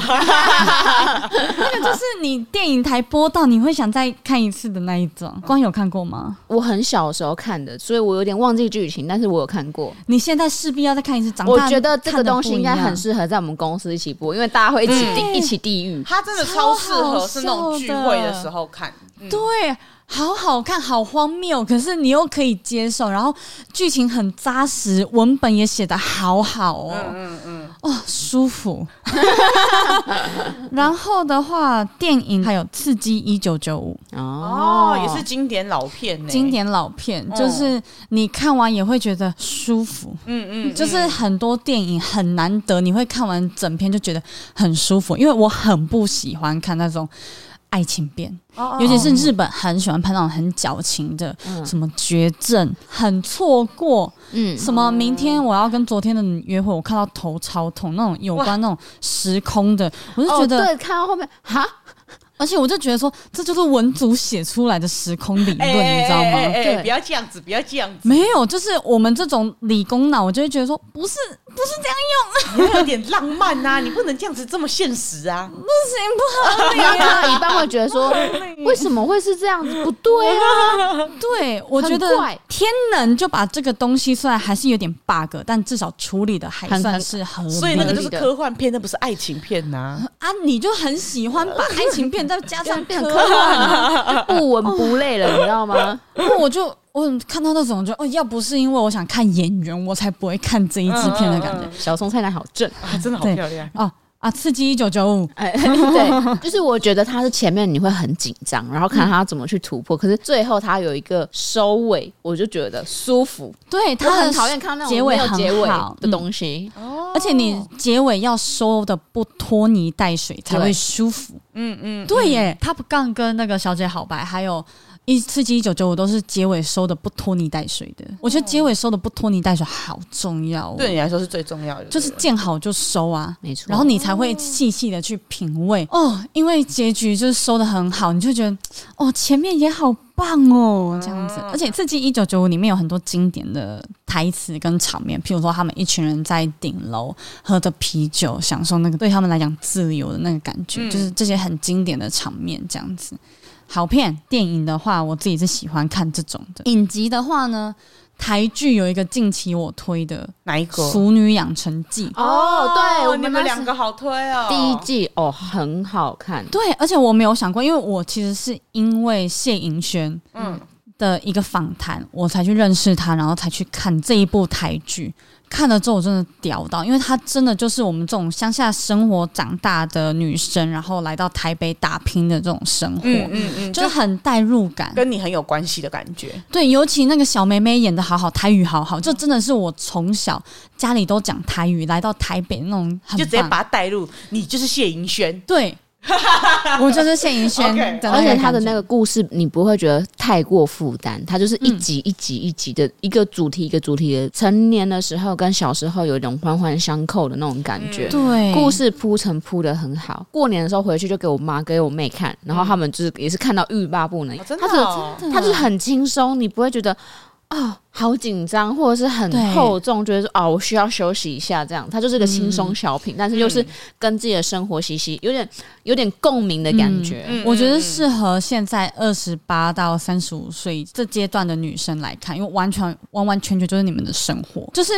Speaker 1: 个就是你电影台播到，你会想再看一次的那一种。光有看过吗？
Speaker 2: 我很小的时候看的，所以我有点忘记剧情，但是我有看过。
Speaker 1: 你现在势必要再看一次，长大
Speaker 2: 我觉得这个
Speaker 1: 看得
Speaker 2: 东西
Speaker 1: 不
Speaker 2: 应
Speaker 1: 一
Speaker 2: 该
Speaker 1: 样
Speaker 2: 很适合在我们公司一起播，因为大家会一起
Speaker 3: 嗯
Speaker 2: 地一起地狱。
Speaker 3: 他真的
Speaker 1: 超
Speaker 3: 超适合
Speaker 1: 好
Speaker 3: 是那种
Speaker 1: 笑
Speaker 3: 聚
Speaker 1: 的
Speaker 3: 会的时候看，
Speaker 1: 对，好好看，好荒谬，可是你又可以接受，然后剧情很扎实，文本也写的好好哦，嗯嗯哦，舒服。 然后的话，电影还有《刺激一九九五
Speaker 3: 哦，也是经典老片、》呢。
Speaker 1: 经典老片，就是你看完也会觉得舒服，
Speaker 3: 嗯，嗯嗯，
Speaker 1: 就是很多电影很难得，你会看完整片就觉得很舒服，因为我很不喜欢看那种爱情片。
Speaker 3: 哦
Speaker 1: 尤其是日本很喜欢拍那种很矫情的，
Speaker 2: 嗯
Speaker 1: 什么绝症，很错过，
Speaker 2: 嗯，
Speaker 1: 什么明天我要跟昨天的你约会，我看到头超痛，那种有关那种时空的，我就觉
Speaker 2: 哦，
Speaker 1: 得，
Speaker 2: 对，看到后面哈，
Speaker 1: 而且我就觉得说，这就是文组写出来的时空理论，
Speaker 3: 哎
Speaker 1: 你知道
Speaker 3: 哎哎
Speaker 1: 吗？
Speaker 3: 哎哎
Speaker 2: 对
Speaker 3: 不要这样子，不要这样子，
Speaker 1: 没有，就是我们这种理工脑，我就会觉得说，不是不是这样
Speaker 3: 你要有点浪漫呐、你不能这样子这么现实啊！
Speaker 1: 不
Speaker 2: 然后看到一半会觉得说，为什么会是这样子？不对 啊，
Speaker 1: 对，我觉得
Speaker 2: 很怪
Speaker 1: 天能就把这个东西虽然还是有点 bug，但至少处理的还
Speaker 2: 很
Speaker 1: 算是合理。
Speaker 3: 所以那个就
Speaker 2: 合理
Speaker 3: 是
Speaker 2: 的
Speaker 3: 科幻片，那不是爱情片呐、
Speaker 1: 啊，你就很喜欢把爱情片再加上
Speaker 2: 变
Speaker 1: 科
Speaker 2: 成科幻
Speaker 1: 幻，
Speaker 2: 了，不闻不类了，你知道吗？
Speaker 1: 那我就我看到那种就哦，要不是因为我想看演员，我才不会看这一支片的感觉
Speaker 3: 嗯嗯
Speaker 2: 小松菜奈好正，
Speaker 3: 嗯啊，真的好
Speaker 1: 对
Speaker 3: 漂亮。
Speaker 1: 哦啊！刺激一九九五，
Speaker 2: 哎， 对，就是我觉得他是前面你会很紧张，然后看他怎么去突破，可是最后他有一个收尾，我就觉得舒服。
Speaker 1: 对
Speaker 2: 我
Speaker 1: 他
Speaker 2: 很嗯讨厌看到那种
Speaker 1: 结尾
Speaker 2: 没有结
Speaker 1: 很
Speaker 2: 尾
Speaker 1: 好
Speaker 2: 的东西，
Speaker 1: 而且你结尾要收的不拖泥带水才会
Speaker 2: 对
Speaker 1: 舒服。
Speaker 3: 嗯嗯，
Speaker 1: 对耶，Top Gun 跟那个小姐好白，还有一刺激一九九五都是结尾收的不拖泥带水的。我觉得结尾收的不拖泥带水好重要、哦，
Speaker 3: 对，你来说是最重要的，
Speaker 1: 就是见好就收啊。
Speaker 2: 没错。
Speaker 1: 然后你才才会细细的去品味哦，因为结局就是收的很好，你就觉得哦，前面也好棒哦，这样子。而且《刺激一九九五》里面有很多经典的台词跟场面，譬如说他们一群人在顶楼喝着啤酒，享受那个对他们来讲自由的那个感觉，
Speaker 3: 嗯
Speaker 1: 就是这些很经典的场面，这样子。好片电影的话，我自己是喜欢看这种的。影集的话呢，台剧有一个近期我推的
Speaker 3: 哪一
Speaker 1: 《熟女养成记》，
Speaker 2: 哦，对，我
Speaker 3: 你
Speaker 2: 们
Speaker 3: 们
Speaker 2: 那
Speaker 3: 两
Speaker 2: 是
Speaker 3: 个好推哦。
Speaker 2: 第一季哦，很好看。
Speaker 1: 对，而且我没有想过，因为我其实是因为谢盈萱
Speaker 3: 嗯，
Speaker 1: 的一个访谈，我才去认识她，然后才去看这一部台剧。看了之后，我真的屌到，因为她真的就是我们这种乡下生活长大的女生，然后来到台北打拼的这种生活，
Speaker 3: 嗯嗯嗯，
Speaker 1: 就是
Speaker 3: 就
Speaker 1: 很带入感。
Speaker 3: 跟你很有关系的感觉。
Speaker 1: 对，尤其那个小妹妹演的好好，台语好好，这真的是我从小家里都讲台语，来到台北那种很
Speaker 3: 就直接
Speaker 1: 棒
Speaker 3: 把它带入，你就是谢盈萱。
Speaker 1: 对，我就是谢盈萱
Speaker 3: OK
Speaker 1: 的那个
Speaker 2: 而
Speaker 1: 感觉，
Speaker 2: 且他的那个故事，你不会觉得太过负担，它就是一集一集一集的、一个主题一个主题的。成年的时候跟小时候有一种环环相扣的那种感觉。
Speaker 3: 嗯
Speaker 1: 对
Speaker 2: 故事铺陈铺的很好，过年的时候回去就给我妈给我妹看，然后他们就是也是看到欲罢不能，
Speaker 3: 哦
Speaker 2: 他
Speaker 3: 真的
Speaker 2: 这个
Speaker 3: 哦，
Speaker 1: 真的
Speaker 2: 它就是很轻松，你不会觉得哦好紧张，或者是很
Speaker 1: 对
Speaker 2: 厚重，觉得说哦我需要休息一下这样。它就是一个轻松小
Speaker 3: 嗯
Speaker 2: 品，但是又是跟自己的生活息息有点有点共鸣的感觉。
Speaker 3: 嗯
Speaker 1: 我觉得适合现在二十八到三十五岁这阶段的女生来看，因为完全完完全全就是你们的生活，就是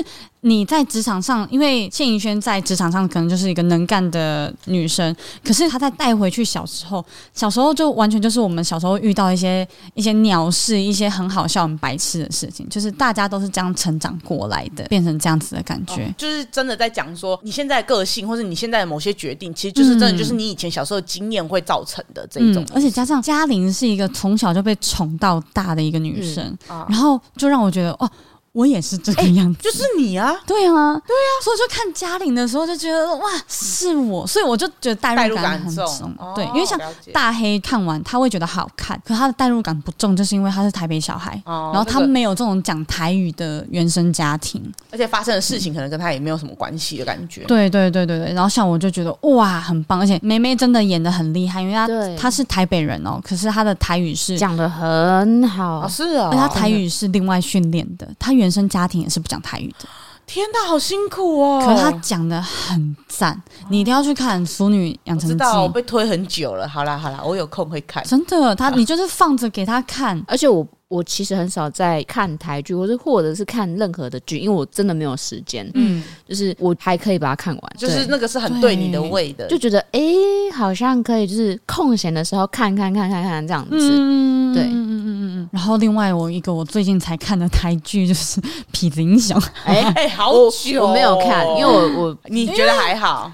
Speaker 1: 你在职场上，因为谢盈萱在职场上可能就是一个能干的女生，可是她再带回去小时候，小时候就完全就是我们小时候遇到一些一些鸟事，一些很好笑、很白痴的事情，就是大家都是这样成长过来的，变成这样子的感觉。嗯
Speaker 3: 哦就是真的在讲说，你现在的个性或者你现在的某些决定，其实就是真的就是你以前小时候的经验会造成的这一种
Speaker 1: 嗯。，而且加上嘉玲是一个从小就被宠到大的一个女生，
Speaker 3: 啊哎
Speaker 1: 然后就让我觉得哦，我也是这个样子。
Speaker 3: 就是你啊，
Speaker 1: 对啊，对啊，所以我就看嘉玲的时候就觉得哇，是我，所以我就觉得代
Speaker 3: 代
Speaker 1: 入
Speaker 3: 入
Speaker 1: 感
Speaker 3: 感
Speaker 1: 很
Speaker 3: 很
Speaker 1: 重。
Speaker 3: 重，哦
Speaker 1: 对，因为像
Speaker 3: 了解
Speaker 1: 大黑看完他会觉得好看，可他的代入感不重，就是因为他是台北小孩，
Speaker 3: 哦
Speaker 1: 然后他
Speaker 3: 那个
Speaker 1: 没有这种讲台语的原生家庭。
Speaker 3: 而且发生的事情可能跟他也没有什么关系的感觉。
Speaker 1: 对对对对对，然后像我就觉得哇，很棒，而且梅梅真的演的很厉害，因为她
Speaker 2: 对
Speaker 1: 她是台北人哦，可是她的台语
Speaker 3: 嗯
Speaker 1: 是
Speaker 2: 讲的哦很好
Speaker 3: 啊，，是啊，
Speaker 1: 而且他台语是另外训练的，他原生家庭也是不讲台语的，
Speaker 3: 天哪，好辛苦哦！
Speaker 1: 可是他讲的很赞，你一定要去看《淑女养
Speaker 3: 我
Speaker 1: 成
Speaker 3: 知
Speaker 1: 记
Speaker 3: 道我》，被推很久了。好啦好啦，我有空会看。
Speaker 1: 真的，他你就是放着给他看，
Speaker 2: 而且我我其实很少在看台剧，或者或者是看任何的剧，因为我真的没有时间，
Speaker 3: 嗯，
Speaker 2: 就是我还可以把它看完，
Speaker 3: 就是
Speaker 2: 对
Speaker 3: 那个是很
Speaker 1: 对
Speaker 3: 对你的胃的，
Speaker 2: 就觉得诶，好像可以，就是空闲的时候看看看看看这样子。
Speaker 1: 嗯，
Speaker 2: 对
Speaker 1: 嗯嗯嗯嗯嗯。然后另外我一个我最近才看的台剧就是《痞子英雄》，
Speaker 2: 哎、
Speaker 3: 哎，好
Speaker 2: 我
Speaker 3: 久哦
Speaker 2: 我没有看，因为我我
Speaker 3: 你觉得还好，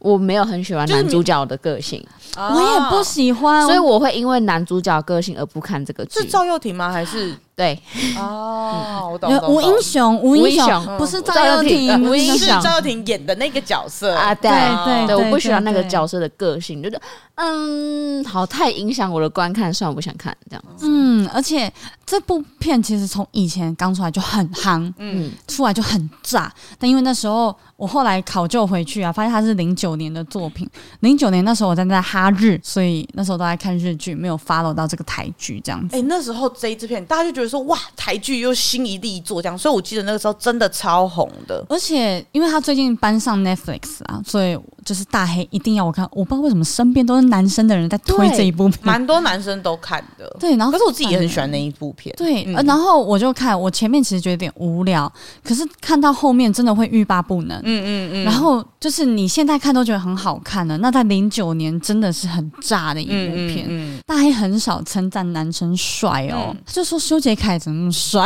Speaker 2: 我没有很喜欢
Speaker 3: 就是
Speaker 2: 男
Speaker 3: 你
Speaker 2: 主角的个性，
Speaker 1: 我也
Speaker 3: 啊
Speaker 1: 不喜欢，
Speaker 2: 哦所以我会因为男主角个性而不看这个剧
Speaker 3: 是。赵又廷吗？还是
Speaker 2: 对，
Speaker 1: 嗯
Speaker 3: 哦，我懂
Speaker 1: 呃。
Speaker 3: 懂
Speaker 1: 吴英
Speaker 3: 懂
Speaker 1: 雄，吴
Speaker 2: 吴
Speaker 1: 英
Speaker 2: 英
Speaker 1: 雄
Speaker 2: 雄
Speaker 1: 不是
Speaker 2: 嗯
Speaker 1: 赵
Speaker 2: 赵
Speaker 1: 又
Speaker 2: 又廷
Speaker 1: 廷，
Speaker 2: 呃吴英
Speaker 3: 是
Speaker 2: 雄
Speaker 3: 赵又廷演的那个角色
Speaker 2: 啊对
Speaker 1: 对
Speaker 2: 对，我不喜欢
Speaker 1: 对
Speaker 2: 那个
Speaker 1: 对
Speaker 2: 角色的个性，觉得嗯，好太影响我的观看，算了，我不想看这样。
Speaker 1: 嗯，而且这部片其实从以前刚出来就很夯，
Speaker 3: 嗯，
Speaker 2: 嗯，
Speaker 1: 出来就很炸。但因为那时候我后来考究回去啊，发现它是零九年的作品。零九年那时候我站在哈日，所以那时候都在看日剧，没有 follow 到这个台剧这样子。
Speaker 3: 哎、那时候这一支片，大家就觉得说哇，台剧又新一力作这样，所以我记得那个时候真的超红的。
Speaker 1: 而且，因为他最近搬上 Netflix 啊，所以就是大黑一定要我看。我不知道为什么身边都是男生的人在推
Speaker 2: 对
Speaker 1: 这一部片，
Speaker 3: 蛮多男生都看的，
Speaker 1: 对，然后
Speaker 3: 可是我自己也很喜
Speaker 1: 欢。
Speaker 3: 欢那一部片。
Speaker 1: 对、
Speaker 3: 嗯
Speaker 1: 呃然后我就看，我前面其实觉得有点无聊，可是看到后面真的会欲罢不能。
Speaker 3: 嗯嗯嗯
Speaker 1: 然后就是你现在看都觉得很好看了，那在零九年真的是很炸的一部片。
Speaker 3: 嗯，
Speaker 1: 大黑很少称赞男生帅哦，
Speaker 3: 嗯
Speaker 1: 他就说修杰楷怎么那么 帅，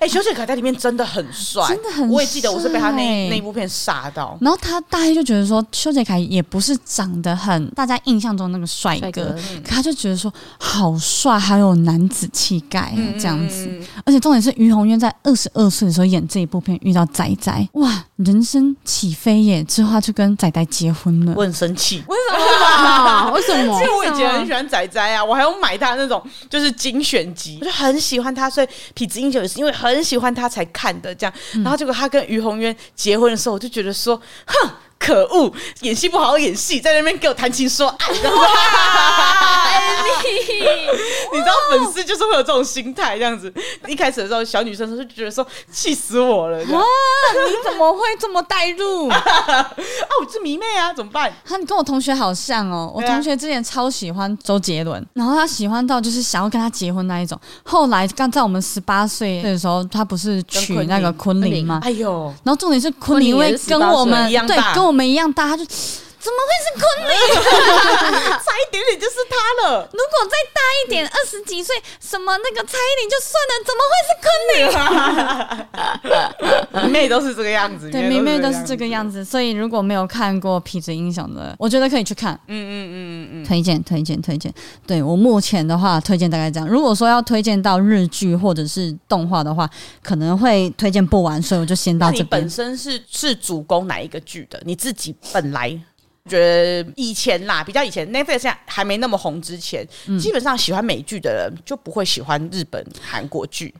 Speaker 3: 哎、修杰楷在里面真的很帅，
Speaker 1: 真的很帅
Speaker 3: 我也记得我是被他那那一部片杀到。
Speaker 1: 然后他大黑就觉得说修杰楷也不是长得很大家印象中那个帅
Speaker 2: 帅
Speaker 1: 哥，
Speaker 2: 哥，
Speaker 3: 嗯
Speaker 1: 可他就觉得说好帅，还有男子气概啊、
Speaker 3: 嗯
Speaker 1: 这样子。
Speaker 3: 嗯嗯嗯
Speaker 1: 而且重点是于红渊在二十二岁的时候演这一部片，遇到仔仔，哇，人生起飞耶！之后他就跟仔仔结婚了
Speaker 3: 我。很生气，我
Speaker 2: 啊为什 么
Speaker 3: 因？为我以前很喜欢仔仔啊，我还有买他那种就是精选集，我就很喜欢他，所以《痞子英雄》也是因为嗯很喜欢他才看的这样。然后结果他跟于红渊结婚的时候，我就觉得说，哼，可可恶，演戏不好好演戏，在那边给我谈情说爱，然后 啊 你知道粉丝就是会有这种心态，这样子。一开始的时候，小女生就觉得说气死我了，这样
Speaker 1: 啊，你怎么会这么带入？
Speaker 3: 啊，我是迷妹啊，怎么办？
Speaker 1: 他你跟我同学好像哦，我
Speaker 3: 对啊
Speaker 1: 同学之前超喜欢周杰伦，然后他喜欢到就是想要跟他结婚那一种。后来刚在我们十八岁的时候，他不是娶
Speaker 3: 跟昆凌
Speaker 1: 那个昆凌吗？
Speaker 3: 哎呦，
Speaker 1: 然后重点是昆凌因为跟我
Speaker 3: 昆
Speaker 1: 们
Speaker 3: 凌也是18岁一样
Speaker 1: 对
Speaker 3: 大
Speaker 1: 跟我们一样大，他就怎么会是昆凌？
Speaker 3: 啊差一点点就是他了。
Speaker 1: 如果再大一点，二十几岁，什么那个蔡依林就算了，怎么会是昆凌？
Speaker 3: 迷妹都是这个样子，
Speaker 1: 对，妹妹都是
Speaker 3: 子
Speaker 1: 这个样子，所以如果没有看过《痞子英雄》的，我觉得可以去看。
Speaker 3: 嗯嗯嗯嗯
Speaker 1: 推荐推荐推荐，对我目前的话推荐大概这样。如果说要推荐到日剧或者是动画的话，可能会推荐不完，所以我就先
Speaker 3: 那
Speaker 1: 到
Speaker 3: 你
Speaker 1: 这
Speaker 3: 本
Speaker 1: 边。
Speaker 3: 身是是主攻哪一个剧的？你自己本来觉得以前啦，比较以前 Netflix 现在还没那么红之前，基本上喜欢美剧的人就不会喜欢日本、韩国剧，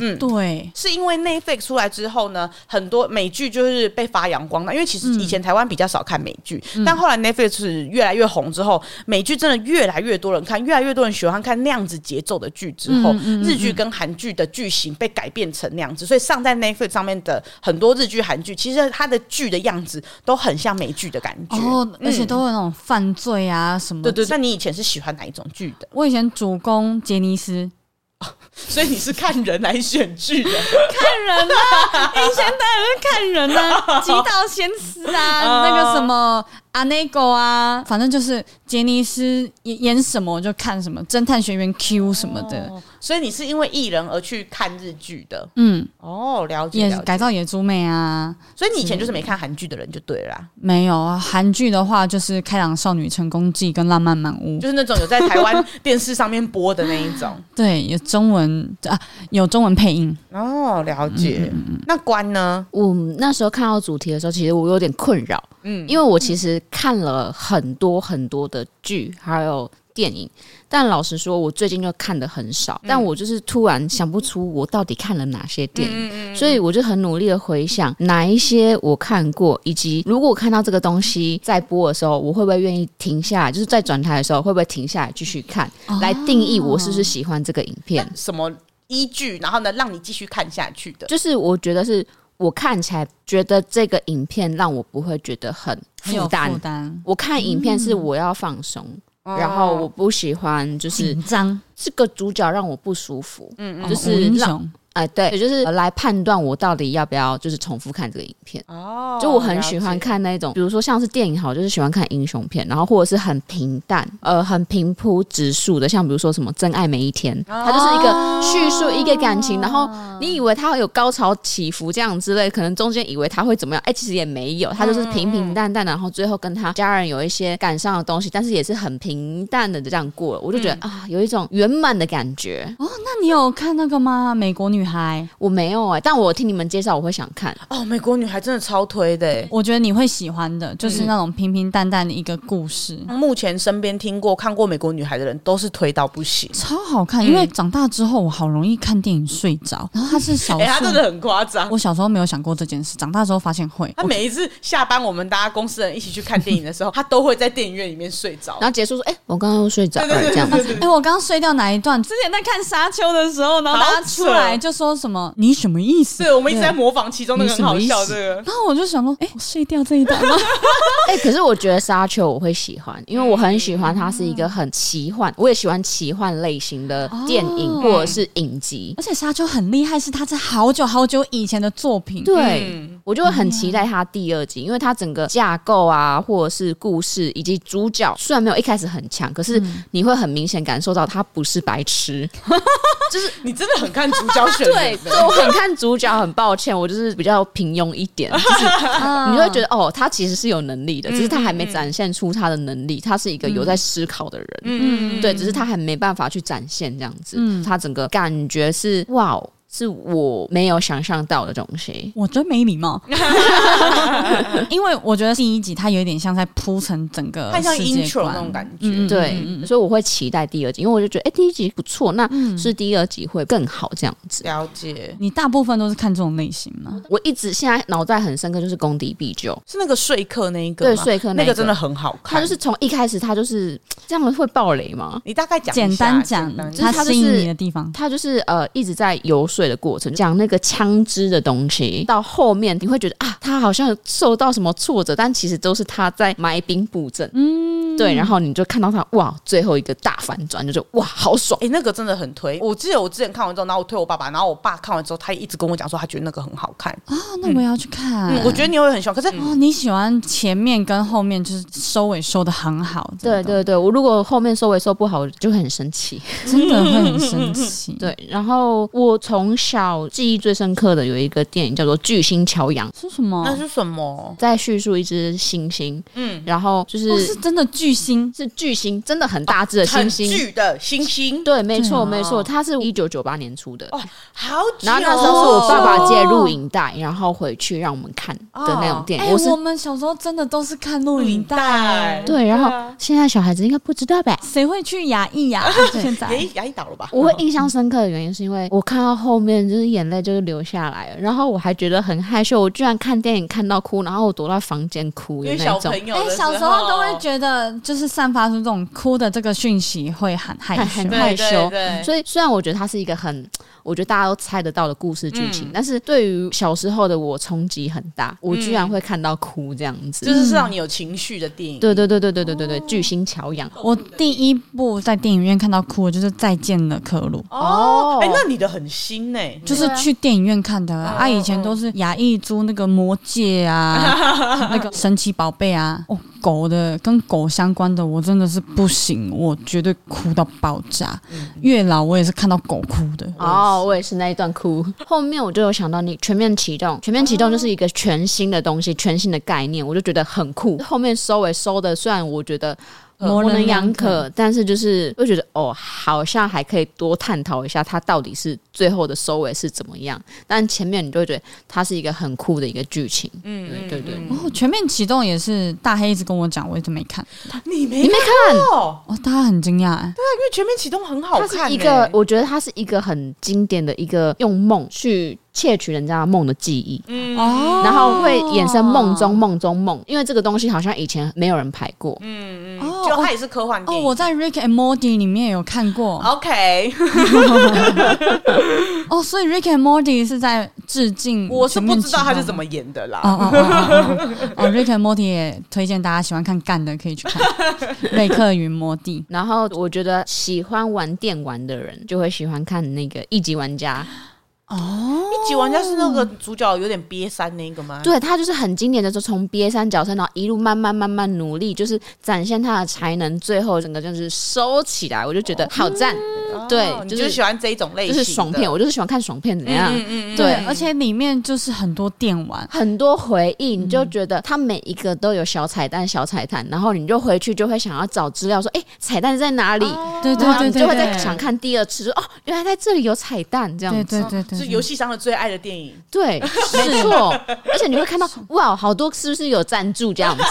Speaker 3: 嗯
Speaker 1: 对，
Speaker 3: 是因为 Netflix 出来之后呢，很多美剧就是被发扬光大。因为其实
Speaker 1: 嗯
Speaker 3: 以前台湾比较少看美剧，但后来 Netflix 越来越红之后，美剧真的越来越多人看，越来越多人喜欢看那样子节奏的剧之
Speaker 1: 嗯
Speaker 3: 后，日剧跟韩剧的剧情被改变成那样子，所以上在 Netflix 上面的很多日剧、韩剧，其实它的剧的样子都很像美剧的感觉。
Speaker 1: 哦，而且都
Speaker 3: 嗯
Speaker 1: 有那种犯罪啊什么。
Speaker 3: 对对。对那你以前是喜欢哪一种剧 的？
Speaker 1: 我以前主攻杰尼斯，
Speaker 3: 所以你是看人来选剧的。
Speaker 1: 看人啊，以前当然是看人啊，吉岛贤司啊，
Speaker 3: 哦
Speaker 1: 那个什么阿内狗啊，反正就是杰尼斯演演什么我就看什么，侦探学员 Q 什么的，
Speaker 3: 哦所以你是因为艺人而去看日剧的
Speaker 1: 嗯，
Speaker 3: 哦，了解
Speaker 1: 也
Speaker 3: 了解。
Speaker 1: 改造野猪妹啊。
Speaker 3: 所以你以前就是没看韩剧的人就对了啦，
Speaker 1: 没有啊，韩剧的话就是《开朗少女成功记》跟《浪漫满屋》
Speaker 3: 就，是那种有在台 湾电视上面播的那一种。
Speaker 1: 对，有中文啊，有中文配音。
Speaker 3: 哦，了解。那关呢？
Speaker 2: 我嗯那时候看到主题的时候，其实我有点困扰，
Speaker 3: 嗯，
Speaker 2: 因为我其实看了很多很多的剧，还有电影，但老实说，我最近就看的很少。但我就是突然想不出我到底看了哪些电影，所以我就很努力的回想哪一些我看过，以及如果我看到这个东西在播的时候，我会不会愿意停下来，就是在转台的时候会不会停下来继续看，来定义我是不是喜欢这个影片。
Speaker 3: 什么依据？然后呢，让你继续看下去的？
Speaker 2: 就是我觉得是我看起来觉得这个影片让我不会觉得很
Speaker 1: 很有
Speaker 2: 负担嗯哦
Speaker 1: 负。担，
Speaker 2: 我看影片是我要放松，
Speaker 3: 哦
Speaker 2: 然后我不喜欢 就是
Speaker 1: 紧张，
Speaker 2: 这个主角让我不舒服，嗯嗯，
Speaker 1: 哦
Speaker 2: 就是
Speaker 1: 英
Speaker 2: 让
Speaker 1: 雄
Speaker 2: 哎、对，就是来判断我到底要不要就是重复看这个影片。
Speaker 3: 哦
Speaker 2: 就我很喜欢。看那种，比如说像是电影好，就是喜欢看英雄片，然后或者是很平淡，呃，很平铺直述的，像比如说什么《真爱每一天》，它就是一个叙述一个感情，然后你以为它会有高潮起伏这样之类，可能中间以为它会怎么样，哎、其实也没有，它就是平平淡淡的，然后最后跟他家人有一些感伤的东西，但是也是很平淡的这样过了，我就觉得、啊，有一种圆满的感觉。
Speaker 1: 哦。那你有看那个吗？美国女孩，
Speaker 2: 我没有哎、但我听你们介绍，我会想看。
Speaker 3: 哦，美国女孩真的超推的欸。
Speaker 1: 我觉得你会喜欢的，就是那种平平淡淡的一个故事，
Speaker 3: 目前身边听过、看过美国女孩的人，都是推到不行。
Speaker 1: 超好看。因为长大之后，我好容易看电影睡着，然后它是少
Speaker 3: 哎、她真的
Speaker 1: 数。
Speaker 3: 很夸张。
Speaker 1: 我小时候没有想过这件事，长大之后发现会。
Speaker 3: 她每一次下班，我们大家公司人一起去看电影的时候，她都会在电影院里面睡着
Speaker 2: 然。后结束说，哎、我刚刚又睡着了，这样子。
Speaker 1: 哎、我刚刚睡掉哪一段？之前在看《沙丘》的时候，然后大家出来就说什么“你什么意思
Speaker 3: 是我们一直在模仿其中那个很好
Speaker 1: 你什么
Speaker 3: 笑
Speaker 1: 意思
Speaker 3: 这个”，。
Speaker 1: 然后我就想说，哎、我睡掉这一段 吗？
Speaker 2: 哎、可是我觉得《沙丘》我会喜欢，因为我很喜欢它是一个很奇幻，我也喜欢奇幻类型的电影
Speaker 1: 哦
Speaker 2: 或者是影集。
Speaker 1: 而且《沙丘》很厉害，是它是好久好久以前的作品。
Speaker 2: 对，
Speaker 3: 嗯
Speaker 2: 我就会很期待它第二季，因为它整个架构啊，或者是故事以及主角，虽然没有一开始很强，可是你会很明显感受到他不是白痴。
Speaker 3: 你真的很看主角选
Speaker 2: 对，
Speaker 3: 人
Speaker 2: 所
Speaker 3: 呢
Speaker 2: 以我很看主角，很抱歉，我就是比较平庸一点，就是
Speaker 1: 啊
Speaker 2: 你就会觉得哦，他其实是有能力的，只是他还没展现出他的能力，他是一个有在思考的人。
Speaker 3: 嗯，
Speaker 2: 对，只是他还没办法去展现这样子。他整个感觉是哇哦。是我没有想象到的东西。
Speaker 1: 我真没礼 貌，因为我觉得第一集它有一点像在铺陈整个
Speaker 3: 太像
Speaker 1: 世界
Speaker 3: intro
Speaker 1: 观
Speaker 3: 那种感觉。
Speaker 1: 嗯嗯
Speaker 2: 对，所以我会期待第二集，因为我就觉得，哎、第一集不错，那
Speaker 1: 嗯
Speaker 2: 是第二集会更好这样子。
Speaker 3: 了解，
Speaker 1: 你大部分都是看这种类型吗？
Speaker 2: 我一直现在脑袋很深刻，就是攻敌必救，
Speaker 3: 是那个说客那一个
Speaker 2: 对
Speaker 3: 吗
Speaker 2: 说客那
Speaker 3: 那
Speaker 2: 个
Speaker 3: 个真的很好看。
Speaker 2: 他就是从一开始他就是这样会爆雷吗？
Speaker 3: 你大概讲一下
Speaker 1: 简单讲
Speaker 3: 简单，
Speaker 2: 就是
Speaker 1: 它
Speaker 2: 它就
Speaker 1: 吸引
Speaker 2: 是
Speaker 1: 你的地方，
Speaker 2: 他就是呃一直在游说的过程，讲那个枪支的东西，到后面你会觉得啊，他好像受到什么挫折，但其实都是他在埋兵布阵。嗯，对，然后你就看到他哇，最后一个大反转，就是哇，好爽。
Speaker 3: 哎、那个真的很推。我记得我之前看完之后，然后我推我爸爸，然后我爸看完之后，他一直跟我讲说，他觉得那个很好看。
Speaker 2: 啊
Speaker 1: 哦那我也要去看。
Speaker 2: 嗯
Speaker 3: 我觉得你会很喜欢。可是
Speaker 1: 哦，嗯你喜欢前面跟后面就是收尾收的很好，真
Speaker 2: 对
Speaker 1: 的，
Speaker 2: 对对，我如果后面收尾收不好，我就会很生气。
Speaker 1: 真的会很生气。，
Speaker 2: 对，然后我从小记忆最深刻的有一个电影叫做《巨星乔洋》，
Speaker 1: 是什么？
Speaker 3: 那是什么？
Speaker 2: 在叙述一只猩猩，嗯，然后就是、
Speaker 1: 哦，是真的巨星，
Speaker 2: 是巨星，真的很大只的猩
Speaker 3: 嗯很
Speaker 2: 猩，
Speaker 3: 巨的星星，
Speaker 2: 对，没错，
Speaker 1: 对啊
Speaker 2: 没错，它是一九九八年出的。
Speaker 3: 哦好久哦。
Speaker 2: 然后那时候是我爸爸借录影带，然后回去让我们看的那种电
Speaker 1: 哎、
Speaker 2: 影。
Speaker 3: 哦
Speaker 2: 我是
Speaker 1: 我们小时候真的都是看录
Speaker 3: 录
Speaker 1: 影
Speaker 3: 影
Speaker 1: 带
Speaker 3: 带，
Speaker 2: 对，然
Speaker 3: 啊
Speaker 2: 后现在小孩子应该不知道呗。
Speaker 1: 谁会去牙医呀？ 现在
Speaker 3: 牙医牙医倒了吧？
Speaker 2: 我会印象深刻的原因是因为我看到后面就是眼泪就是流下来了，然后我还觉得很害羞，我居然看电影看到哭，然后我躲到房间哭
Speaker 3: 因
Speaker 2: 的
Speaker 3: 为
Speaker 2: 那
Speaker 3: 小
Speaker 2: 种
Speaker 3: 朋。友
Speaker 1: 哎、
Speaker 3: 的时
Speaker 1: 小时候都会觉得，就是散发出这种哭的这个讯息会很害羞
Speaker 2: 很。
Speaker 3: 哎对
Speaker 2: 害羞嗯
Speaker 3: 对对
Speaker 2: 所以虽然我觉得它是一个很，我觉得大家都猜得到的故事剧
Speaker 3: 嗯
Speaker 2: 情，但是对于小时候的我冲击很大，我居然会看到哭这样子。
Speaker 3: 嗯就是是让你有情绪的电影。
Speaker 2: 对对对对对对对对，巨星乔洋。
Speaker 1: 我第一部在电影院看到哭的就是《再见了，科鲁》。
Speaker 3: 哦，哎，那你的很新呢，
Speaker 1: 就是去电影院看的啊，啊以前都是雅艺租那个《魔戒》 啊，那个《神奇宝贝》啊，哦，狗的跟狗相关的，我真的是不行，我绝对哭到爆炸。
Speaker 3: 嗯
Speaker 1: 月老我也是看到狗哭的，
Speaker 2: 哦，我也是那一段哭。 后面我就有想到你全面启动，全面启动就是一个全新的东西，全新的概念，我就觉得很酷。后面收尾收的，虽然我觉得
Speaker 1: 呃
Speaker 2: 模棱两
Speaker 1: 模棱两
Speaker 2: 可，但是就是会觉得哦，好像还可以多探讨一下它到底是最后的收尾是怎么样。但前面你就会觉得它是一个很酷的一个剧情。嗯，对对对。
Speaker 1: 哦，全面启动也是大黑一直跟我讲，我一直没看。
Speaker 3: 嗯你没
Speaker 2: 你没
Speaker 3: 看
Speaker 2: 看，
Speaker 3: 哦，
Speaker 1: 哦，大家很惊讶、欸，
Speaker 3: 因为全面启动很好
Speaker 2: 它
Speaker 3: 看
Speaker 2: 是
Speaker 3: 欸呢，
Speaker 2: 一个，我觉得它是一个很经典的一个用梦去窃取人家的梦的记忆。
Speaker 3: 嗯
Speaker 1: 哦，
Speaker 2: 然后会衍生梦中梦中梦，因为这个东西好像以前没有人排过。
Speaker 3: 嗯
Speaker 1: 哦
Speaker 3: 就
Speaker 1: 哦
Speaker 3: 它也是科幻
Speaker 1: 哦，
Speaker 3: 电
Speaker 1: 我
Speaker 3: 影。
Speaker 1: 在 Rick and Morty 里面有看过
Speaker 3: OK，
Speaker 1: 哦，所以 Rick and Morty 是在致敬，
Speaker 3: 我是不知道他是怎
Speaker 1: 么。
Speaker 3: 么演的
Speaker 1: 哦
Speaker 3: 啦。
Speaker 1: 哦哦哦哦哦，Rick and Morty 也推荐大家喜欢看干的可以去 看《瑞克与莫蒂
Speaker 2: 然后我觉得喜欢玩电玩的人就会喜欢看那个一级玩家，》
Speaker 3: 啊一级玩家是那个主角有点憋三那个吗？
Speaker 2: 对他就是很经典的，就从瘪三角身，然后一路慢慢慢慢努力，就是展现他的才能，最后整个就是收起来，我就觉得好赞，
Speaker 3: 哦
Speaker 2: 对
Speaker 3: 你
Speaker 2: 就
Speaker 3: 就是
Speaker 2: 是
Speaker 3: 喜欢这一种类
Speaker 2: 就
Speaker 3: 型，
Speaker 2: 是爽片，。我就是喜欢看爽片怎样。
Speaker 3: 嗯
Speaker 2: 对
Speaker 1: 而且里面就是很多电玩，
Speaker 2: 很多回忆，你
Speaker 3: 嗯
Speaker 2: 就觉得它每一个都有小彩蛋，小彩蛋，然后你就回去就会想要找资料，说，哎、彩蛋在哪
Speaker 3: 哦
Speaker 2: 里？
Speaker 1: 对对
Speaker 2: 然后
Speaker 3: 啊
Speaker 1: 对
Speaker 2: 你
Speaker 1: 对
Speaker 2: 就会
Speaker 1: 对，
Speaker 2: 再想看第二次，说哦，原来在这里有彩蛋这样
Speaker 1: 对
Speaker 2: 子。
Speaker 1: 对对对，
Speaker 3: 是
Speaker 1: 对
Speaker 3: 游戏商的最爱的电影，
Speaker 2: 对， 没错。而且你会看到，哇，好多是不是有赞助这样子，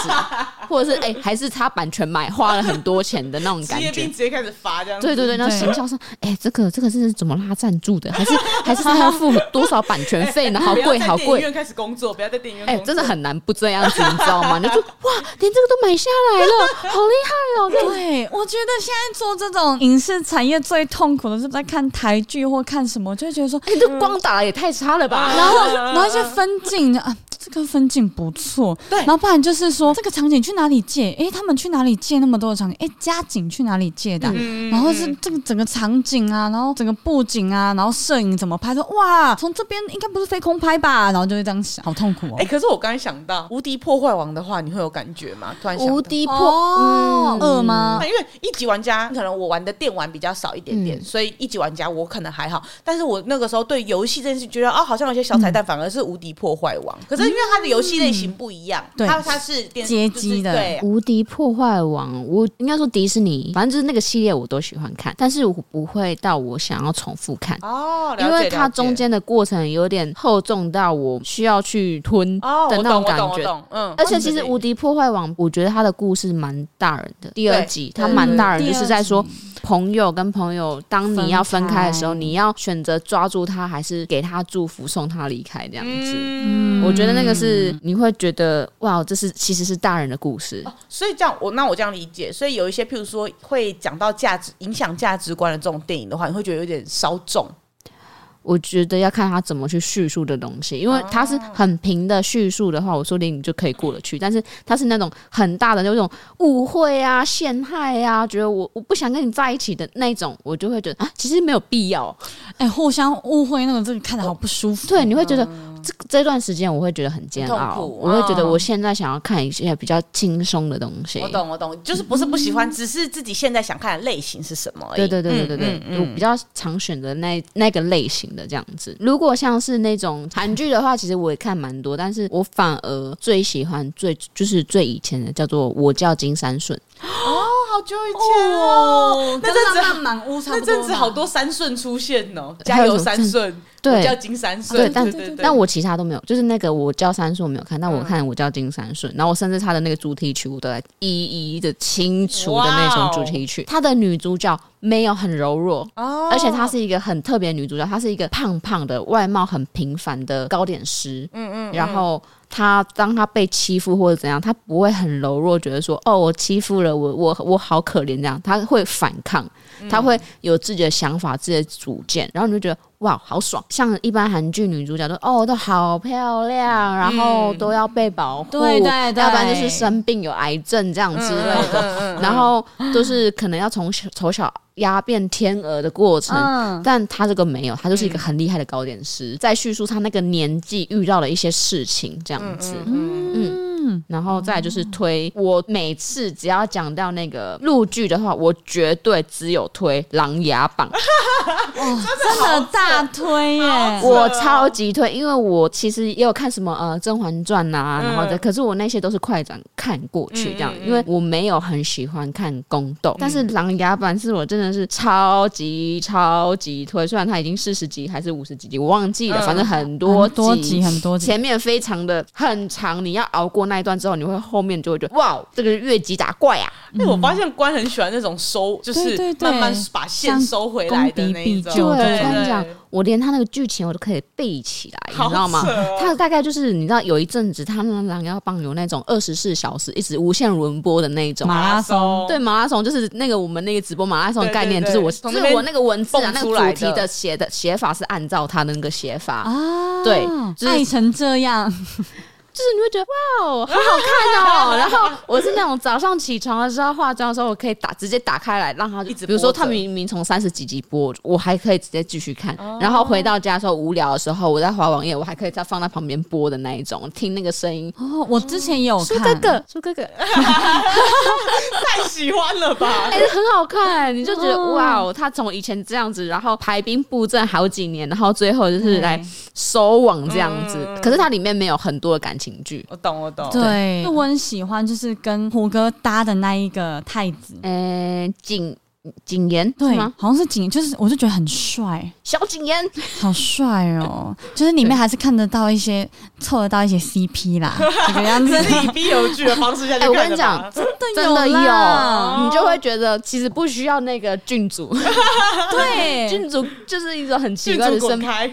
Speaker 2: 或者是哎、还是他版权买花了很多钱的那种
Speaker 3: 职
Speaker 2: 感
Speaker 3: 业病
Speaker 2: 觉
Speaker 3: 直。接开始发这样子。
Speaker 2: 对对对，那
Speaker 1: 对
Speaker 2: 行销说，哎、这个这个是怎么拉赞助的？还是还是他要付多少版权费呢？好
Speaker 3: 不要
Speaker 2: 贵，
Speaker 3: 在
Speaker 2: 好
Speaker 3: 电影
Speaker 2: 贵
Speaker 3: 院。开始工作，不要在电影院
Speaker 2: 哎、
Speaker 3: 工作。
Speaker 2: 真的很难不这样子，你知道吗？你 就说哇，连这个都买下来了，好厉害哦！这样
Speaker 1: 对，我觉得现在做这种影视产业最痛苦的是在看台剧或看什么，就会觉得说，
Speaker 2: 哎、这
Speaker 3: 嗯
Speaker 2: 光打得也太差了吧？
Speaker 1: 然后然后一些分镜啊，这个分镜不错，
Speaker 3: 对
Speaker 1: 然后不然就是说这个场景去哪里借？诶，他们去哪里借那么多的场景？诶，家景去哪里借的啊、然后是这个整个场景啊，然后整个布景啊，然后摄影怎么拍？说哇，从这边应该不是飞空拍吧？然后就会这样想，好痛苦哦。
Speaker 3: 哎、可是我刚才想到《无敌破坏王》的话，你会有感觉吗？突然想到
Speaker 2: 无敌破，
Speaker 1: 哦
Speaker 2: 嗯，
Speaker 1: 饿、吗
Speaker 3: 啊，？因为一级玩家可能我玩的电玩比较少一点点，
Speaker 2: 嗯
Speaker 3: 所以一级玩家我啊可能还好。但是我那个时候对游戏这件事觉得啊，好像有些小彩蛋反而是无敌破坏王。可是因为它的游戏类型不一样，
Speaker 1: 对
Speaker 3: 它它是电
Speaker 1: 街机的
Speaker 3: 嗯就是对，
Speaker 2: 无敌破坏王，我应该说迪士尼，反正就是那个系列我都喜欢看，但是我不会到我想要重复看，
Speaker 3: 哦，了
Speaker 2: 因
Speaker 3: 解
Speaker 2: 为它中。
Speaker 3: 了解
Speaker 2: 间的过程有点厚重到我需要去吞
Speaker 3: 哦，
Speaker 2: 的
Speaker 3: 我
Speaker 2: 那种
Speaker 3: 懂，我
Speaker 2: 感
Speaker 3: 懂，我
Speaker 2: 觉。
Speaker 3: 懂，嗯。
Speaker 2: 而且其实《无敌破坏王》，我觉得他的故事蛮大人的。第二
Speaker 3: 对
Speaker 2: 集他蛮大人，
Speaker 1: 嗯
Speaker 2: 就是在说朋友跟朋友，当你要分开的时候，
Speaker 1: 分开
Speaker 2: 你要选择抓住他，还是给他祝福，送他离开这样子。
Speaker 3: 嗯，
Speaker 2: 我觉得那个是你会觉得哇，这是其实是大人的故事。
Speaker 3: 所以这样我那我这样理解，所以有一些譬如说会讲到价值影响价值观的这种电影的话，你会觉得有点稍重，
Speaker 2: 我觉得要看他怎么去叙述的东西，因
Speaker 3: 哦
Speaker 2: 为他是很平的叙述的话，我说不定你就可以过得去。但是他是那种很大的那种误会啊、陷害啊，觉得我我不想跟你在一起的那种，我就会觉得啊，其实没有必要。
Speaker 3: 嗯
Speaker 1: 哎、互相误会那个真的看得好不舒服。
Speaker 2: 对，你会觉得这这段时间我会觉得很煎
Speaker 3: 很
Speaker 2: 熬，
Speaker 3: 痛苦啊
Speaker 2: 我会觉得我现在想要看一些比较轻松的东西。
Speaker 3: 我懂，我懂，就是不是不喜欢，只是自己现在想看的类型是什么而已。
Speaker 2: 对对对对对对
Speaker 3: 嗯，
Speaker 2: 我比较常选择那那个类型的这样子。如果像是那种韩剧的话，其实我也看蛮多，但是我反而最喜欢最就是最以前的叫做《我叫金山顺》，
Speaker 3: 好久以前哦，那阵子
Speaker 1: 浪漫屋差
Speaker 3: 那
Speaker 1: 不多
Speaker 3: 阵
Speaker 1: 嘛
Speaker 3: 子好多三顺出现哦，
Speaker 2: 还
Speaker 3: 加
Speaker 2: 有
Speaker 3: 油
Speaker 2: 什么
Speaker 3: 三
Speaker 2: 阵
Speaker 3: 顺，
Speaker 2: 对啊
Speaker 3: 我叫金三顺，
Speaker 2: 对，但
Speaker 3: 对对，嗯
Speaker 2: 但我其他都没有，就是那个我叫山顺没有看，但我看我叫金山顺，然后我甚至他的那个主题曲我都来一一的清楚的那种主题曲，他的女主角没有很柔弱，
Speaker 3: 哦
Speaker 2: 而且她是一个很特别的女主角，她是一个胖胖的、外貌很平凡的糕点师。嗯嗯。然后她当她被欺负或者怎样，她不会很柔弱，觉得说哦我欺负了我我我好可怜这样，她会反抗，
Speaker 1: 嗯
Speaker 2: 她会有自己的想法、自己的主见，然后你就觉得。哇，好爽！像一般韩剧女主角都哦，都好漂亮，然后都要被保护，
Speaker 1: 嗯对对对
Speaker 2: 要不然就是生病有癌症这样之类的。然后就是可能要从小从小压变天鹅的过程。
Speaker 1: 嗯，
Speaker 2: 但他这个没有，他就是一个很厉害的糕点师，在叙述他那个年纪遇到的一些事情这样子，嗯然后再来就是推，我每次只要讲到那个陆剧的话，我绝对只有推《琅琊榜》，
Speaker 1: 真的大推耶！
Speaker 2: 我超级推，因为我其实也有看什么呃《甄嬛传》呐，
Speaker 1: 嗯
Speaker 2: 然后的，可是我那些都是快转看过去这样，因为我没有很喜欢看宫
Speaker 1: 嗯
Speaker 2: 斗，但是《琅琊榜》是我真的是超级超级推，虽然它已经四十集还是五十几集，我忘记了，反正很多
Speaker 1: 嗯很多集很多集，
Speaker 2: 前面非常的很长，你要熬过那一段之后，你会后面就会觉得哇，这个是越级打怪啊！
Speaker 3: 哎，我发现关很喜欢那种收，就
Speaker 1: 对
Speaker 3: 是
Speaker 1: 对对
Speaker 3: 慢慢把线收回来的那一
Speaker 1: 像攻
Speaker 2: 对，
Speaker 3: 种。
Speaker 1: 敌
Speaker 2: 我
Speaker 1: 必救
Speaker 2: 跟你讲
Speaker 3: 对，
Speaker 2: 我连他那个剧情我都可以背起来，
Speaker 3: 好
Speaker 2: 你知道吗
Speaker 3: 扯哦？
Speaker 2: 他大概就是你知道有一阵子他那琅琊榜有那种二十四小时一直无限轮播的那一种。
Speaker 1: 马拉松
Speaker 2: 对马拉松就是那个我们那个直播马拉松的概念，
Speaker 3: 对对
Speaker 2: 就是我
Speaker 3: 对从
Speaker 2: 就
Speaker 3: 那
Speaker 2: 是
Speaker 3: 边
Speaker 2: 我那个文字啊，那
Speaker 3: 蹦
Speaker 2: 个
Speaker 3: 出来
Speaker 2: 主
Speaker 3: 的
Speaker 2: 题的写的写法是按照他的那个写法，
Speaker 1: 啊，
Speaker 2: 对就是
Speaker 1: 爱成这样，
Speaker 2: 就是你会觉得哇哦，好好看哦。然后我是那种早上起床的时候化妆的时候，我可以打直接打开来，让它就
Speaker 3: 一直
Speaker 2: 比如说
Speaker 3: 播着
Speaker 2: 它明明从三十几集播，我还可以直接继续看。然后回到家的时候无聊的时候，我在滑网页，我还可以再放在旁边播的那一种，听那个声音。
Speaker 1: 哦，我之前也有
Speaker 2: 苏
Speaker 1: 看，
Speaker 2: 哥哥，苏哥哥，
Speaker 3: 太喜欢了吧
Speaker 2: 哎、？很好看，你就觉得、
Speaker 1: 哦
Speaker 2: 哇哦，他从以前这样子，然后排兵布阵好几年，然后最后就是
Speaker 1: 对
Speaker 2: 来收网这样子。可是它里面没有很多的感情剧，
Speaker 3: 我懂，我懂。
Speaker 1: 对，就我很喜欢，就是跟胡歌搭的那一个太子，
Speaker 2: 呃，景景言是
Speaker 1: 对，
Speaker 2: 吗？
Speaker 1: 好像是景，就是我就觉得很帅，
Speaker 2: 小景言，
Speaker 1: 好帅哦！就是里面还是看得到一些凑得到一些 CP 啦，这个样子
Speaker 3: 真是以逼有据的方式下去
Speaker 2: 哎我跟
Speaker 3: 看
Speaker 2: 你
Speaker 3: 的吧。
Speaker 2: 讲真
Speaker 1: 真
Speaker 2: 的
Speaker 1: 的
Speaker 2: 有，
Speaker 1: 啦
Speaker 2: 你就会觉得其实不需要那个郡主，
Speaker 1: 对，
Speaker 2: 郡主就是一种很奇
Speaker 3: 郡
Speaker 2: 怪的
Speaker 3: 主
Speaker 2: 身份，
Speaker 3: 滚开！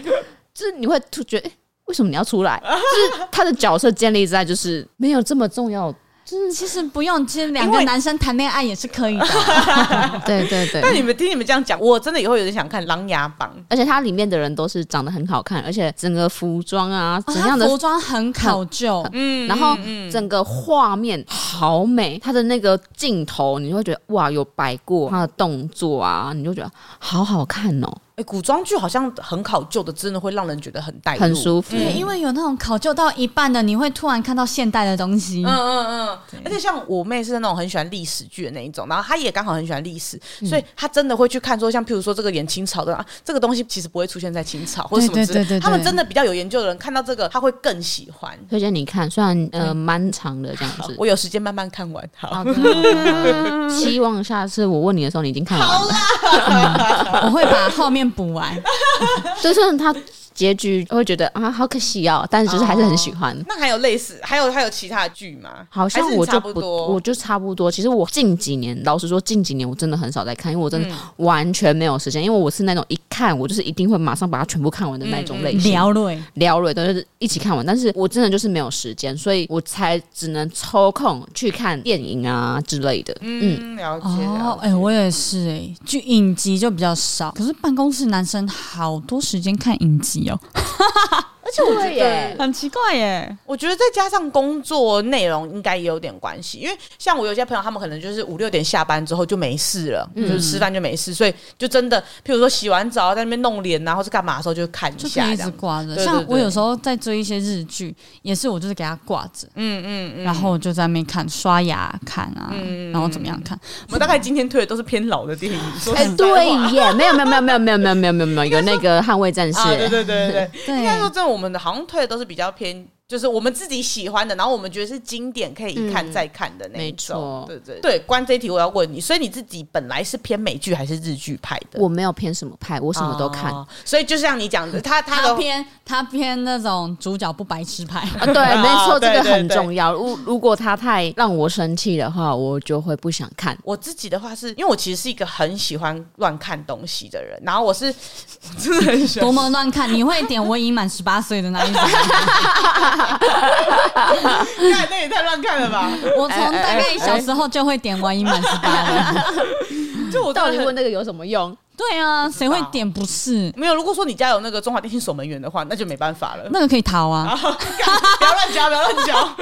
Speaker 2: 就是你会突觉得、哎为什么你要出 来？就是他的角色建立在就是没有这么重要，
Speaker 1: 其实不用，其实两
Speaker 3: 因
Speaker 1: 个
Speaker 3: 为
Speaker 1: 男生谈恋爱也是可以的，
Speaker 2: 对对
Speaker 3: 但
Speaker 2: 对。
Speaker 3: 你们听你们这样讲，我真的以后有点想看《琅琊榜》。
Speaker 2: 而且它里面的人都是长得很好看，而且整个服装啊，
Speaker 1: 哦
Speaker 2: 怎样
Speaker 1: 他
Speaker 2: 的
Speaker 1: 服装很考究，
Speaker 3: 嗯
Speaker 2: 然后
Speaker 3: 嗯
Speaker 2: 整个画面好美，它的那个镜头你会觉得哇，有摆过它的动作啊，你就觉得好好看哦。
Speaker 3: 哎哎，古装剧好像很考究的，真的会让人觉得很带入，
Speaker 2: 很舒服。
Speaker 1: 对，因为有那种考究到一半的，你会突然看到现代的东西。
Speaker 3: 嗯嗯嗯，而且像我妹是那种很喜欢历史剧的那一种，然后她也刚好很喜欢历史，
Speaker 1: 嗯
Speaker 3: 所以她真的会去看说，像譬如说这个演清朝的啊，这个东西其实不会出现在清朝或者什么
Speaker 1: 对对
Speaker 3: 之
Speaker 1: 对
Speaker 3: 类
Speaker 1: 对对
Speaker 3: 的。他们真的比较有研究的人看到这个，他会更喜欢。
Speaker 2: 推荐你看，虽然呃蛮长的这样
Speaker 3: 好
Speaker 2: 子。
Speaker 3: 我有时间慢慢看完。好，
Speaker 2: 希望下次我问你的时候，你已经看完了。
Speaker 1: 我会把后面补完。
Speaker 2: 就算它结局会觉得啊好可惜哦，但是就是还是很喜欢。
Speaker 3: 那还有类似，还有还有其他的剧吗？
Speaker 2: 好像
Speaker 3: 还是
Speaker 2: 我
Speaker 3: 差
Speaker 2: 就
Speaker 3: 不
Speaker 2: 不，
Speaker 3: 多。
Speaker 2: 我就差不多。其实我近几年，老实说，近几年我真的很少在看，因为我真的完全没有时间。因为我是那种一看我就是一定会马上把它全部看完的那种类型。
Speaker 1: 聊累，
Speaker 2: 聊了都是一起看完，但是我真的就是没有时间，所以我才只能抽空去看电影啊之类的。嗯，
Speaker 3: 嗯，了解。
Speaker 1: 哦
Speaker 3: 了，解
Speaker 1: 哎、我也是哎、就影集就比较少，可是办公室男生好多时间看影集哦，
Speaker 2: 而且我觉得
Speaker 1: 很奇怪耶。
Speaker 3: 我觉得再加上工作内容应该也有点关系，因为像我有些朋友，他们可能就是五六点下班之后就没事了，
Speaker 1: 嗯
Speaker 3: 就是吃饭就没事，所以就真的，譬如说洗完澡在那边弄脸啊，或是干嘛的时候就看一
Speaker 1: 就可
Speaker 3: 下
Speaker 1: 以一
Speaker 3: 这
Speaker 1: 直
Speaker 3: 样。
Speaker 1: 挂着，
Speaker 3: 对对
Speaker 1: 像我
Speaker 3: 对
Speaker 1: 有时候在追一些日剧，也是我就是给它挂着，
Speaker 3: 嗯嗯嗯。
Speaker 1: 然后我就在那边看，刷牙看啊，然后怎么样看，
Speaker 3: 我们大概今天推的都是偏老的电影，说
Speaker 2: 哎、
Speaker 3: 实在话
Speaker 2: 对耶，没有没有没有没有没有没有没有没有没有有那个捍卫战士、
Speaker 3: 啊，对对对
Speaker 2: 哎
Speaker 3: 对对，应
Speaker 1: 对
Speaker 3: 该说真的，我们的好像推的都是比较偏。就是我们自己喜欢的，然后我们觉得是经典，可以一看再看的那一
Speaker 2: 嗯
Speaker 3: 种。
Speaker 2: 没错
Speaker 3: 对对对，关这一题我要问你，所以你自己本来是偏美剧还是日剧派的？
Speaker 2: 我没有偏什么派，我什么都看。
Speaker 3: 哦所以就像你讲的，他他
Speaker 1: 他
Speaker 3: 的
Speaker 1: 偏他偏那种主角不白痴派，
Speaker 2: 啊，对，没错，
Speaker 3: 对
Speaker 2: 这个很
Speaker 3: 对对
Speaker 2: 重要。如如果他太让我生气的话，我就会不想看。
Speaker 3: 我自己的话是，因为我其实是一个很喜欢乱看东西的人，然后我是 我真的很喜欢
Speaker 1: 多么乱看，你会点我已满十八岁的那一种。
Speaker 3: 看， 那也 太乱看了 吧？
Speaker 1: 我从
Speaker 3: 哎
Speaker 1: 大概小时候就会点完已满十八了。
Speaker 3: 就我真
Speaker 2: 到
Speaker 3: 的
Speaker 2: 底
Speaker 3: 很
Speaker 2: 问那个有什么用？
Speaker 1: 对啊，谁会点不是？
Speaker 3: 没有。如果说你家有那个中华电信守门员的话，那就没办法了。
Speaker 1: 那个可以逃
Speaker 3: 哦
Speaker 1: 啊，
Speaker 3: 不要乱讲，不要乱讲。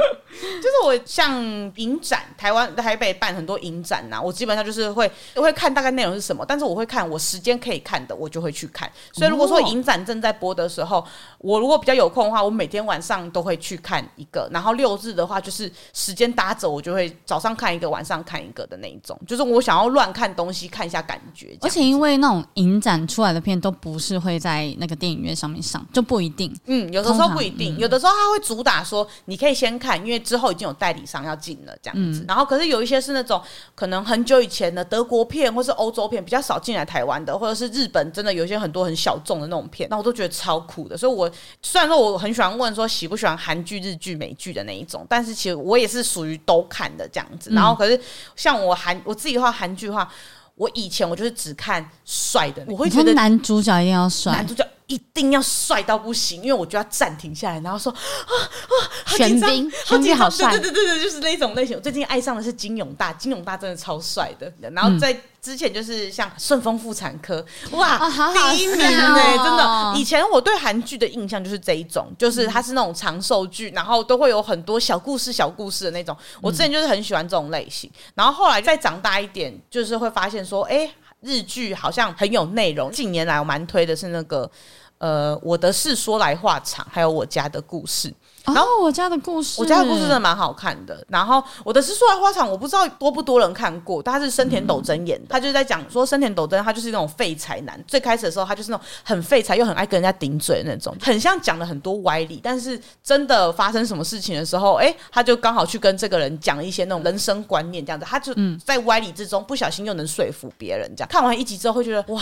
Speaker 3: 就是我像影展，台湾台北办很多影展呐、啊我基本上就是会我会看大概内容是什么，但是我会看我时间可以看的，我就会去看。所以如果说
Speaker 1: 哦
Speaker 3: 影展正在播的时候，我如果比较有空的话，我每天晚上都会去看一个，然后六日的话就是时间搭着，我就会早上看一个，晚上看一个的那一种。就是我想要乱看东西，看一下感觉这样。
Speaker 1: 而且因为那种影展出来的片都不是会在那个电影院上面上，就不一定。
Speaker 3: 嗯，有的时候不一定，有的时候他会主打说你可以先看，因为之后已经有代理商要进了这样子。然后可是有一些是那种可能很久以前的德国片或是欧洲片比较少进来台湾的，或者是日本真的有一些很多很小众的那种片，那我都觉得超酷的。所以我虽然说我很喜欢问说喜不喜欢韩剧、日剧、美剧的那一种，但是其实我也是属于都看的这样子。然后可是像我韩我自己的话，韩剧的话。我以前我就是只看帅的那个，我会
Speaker 1: 你
Speaker 3: 觉
Speaker 1: 说
Speaker 3: 得
Speaker 1: 男主角一定要帅
Speaker 3: 男，主角一定要帅到不行，因为我就要暂停下来，然后说啊啊，好
Speaker 2: 玄
Speaker 3: 紧张
Speaker 2: 彬
Speaker 3: 好
Speaker 2: 玄
Speaker 3: 紧
Speaker 2: 彬好
Speaker 3: 张，
Speaker 2: 帅
Speaker 3: 对对对对，就是那种类型。我最近爱上的是金永大，金永大真的超帅的。然
Speaker 1: 嗯
Speaker 3: 后在之前就是像顺丰妇产科，哇，
Speaker 1: 啊好好
Speaker 3: 第一名
Speaker 1: 看哦
Speaker 3: 哎、真的。以前我对韩剧的印象就是这一种，就是它是那种长寿剧，然后都会有很多小故事、小故事的那种。我之前就是很喜欢这种类型，然后后来再长大一点，就是会发现说，哎、日剧好像很有内容。近年来我蛮推的是那个。呃，我的事说来话长，还有我家的故事，
Speaker 1: 然后哦我家的故事，
Speaker 3: 我家的故事 真的蛮好看的。然后我的是说来花场，我不知道多不多人看过，但他是生田斗真演的，他就是在讲说生田斗真他就是那种废柴男，最开始的时候他就是那种很废柴又很爱跟人家顶嘴的那种，很像讲了很多歪理，但是真的发生什么事情的时候，哎、他就刚好去跟这个人讲一些那种人生观念这样子，他就在歪理之中不小心又能说服别人这样。看完一集之后会觉得哇。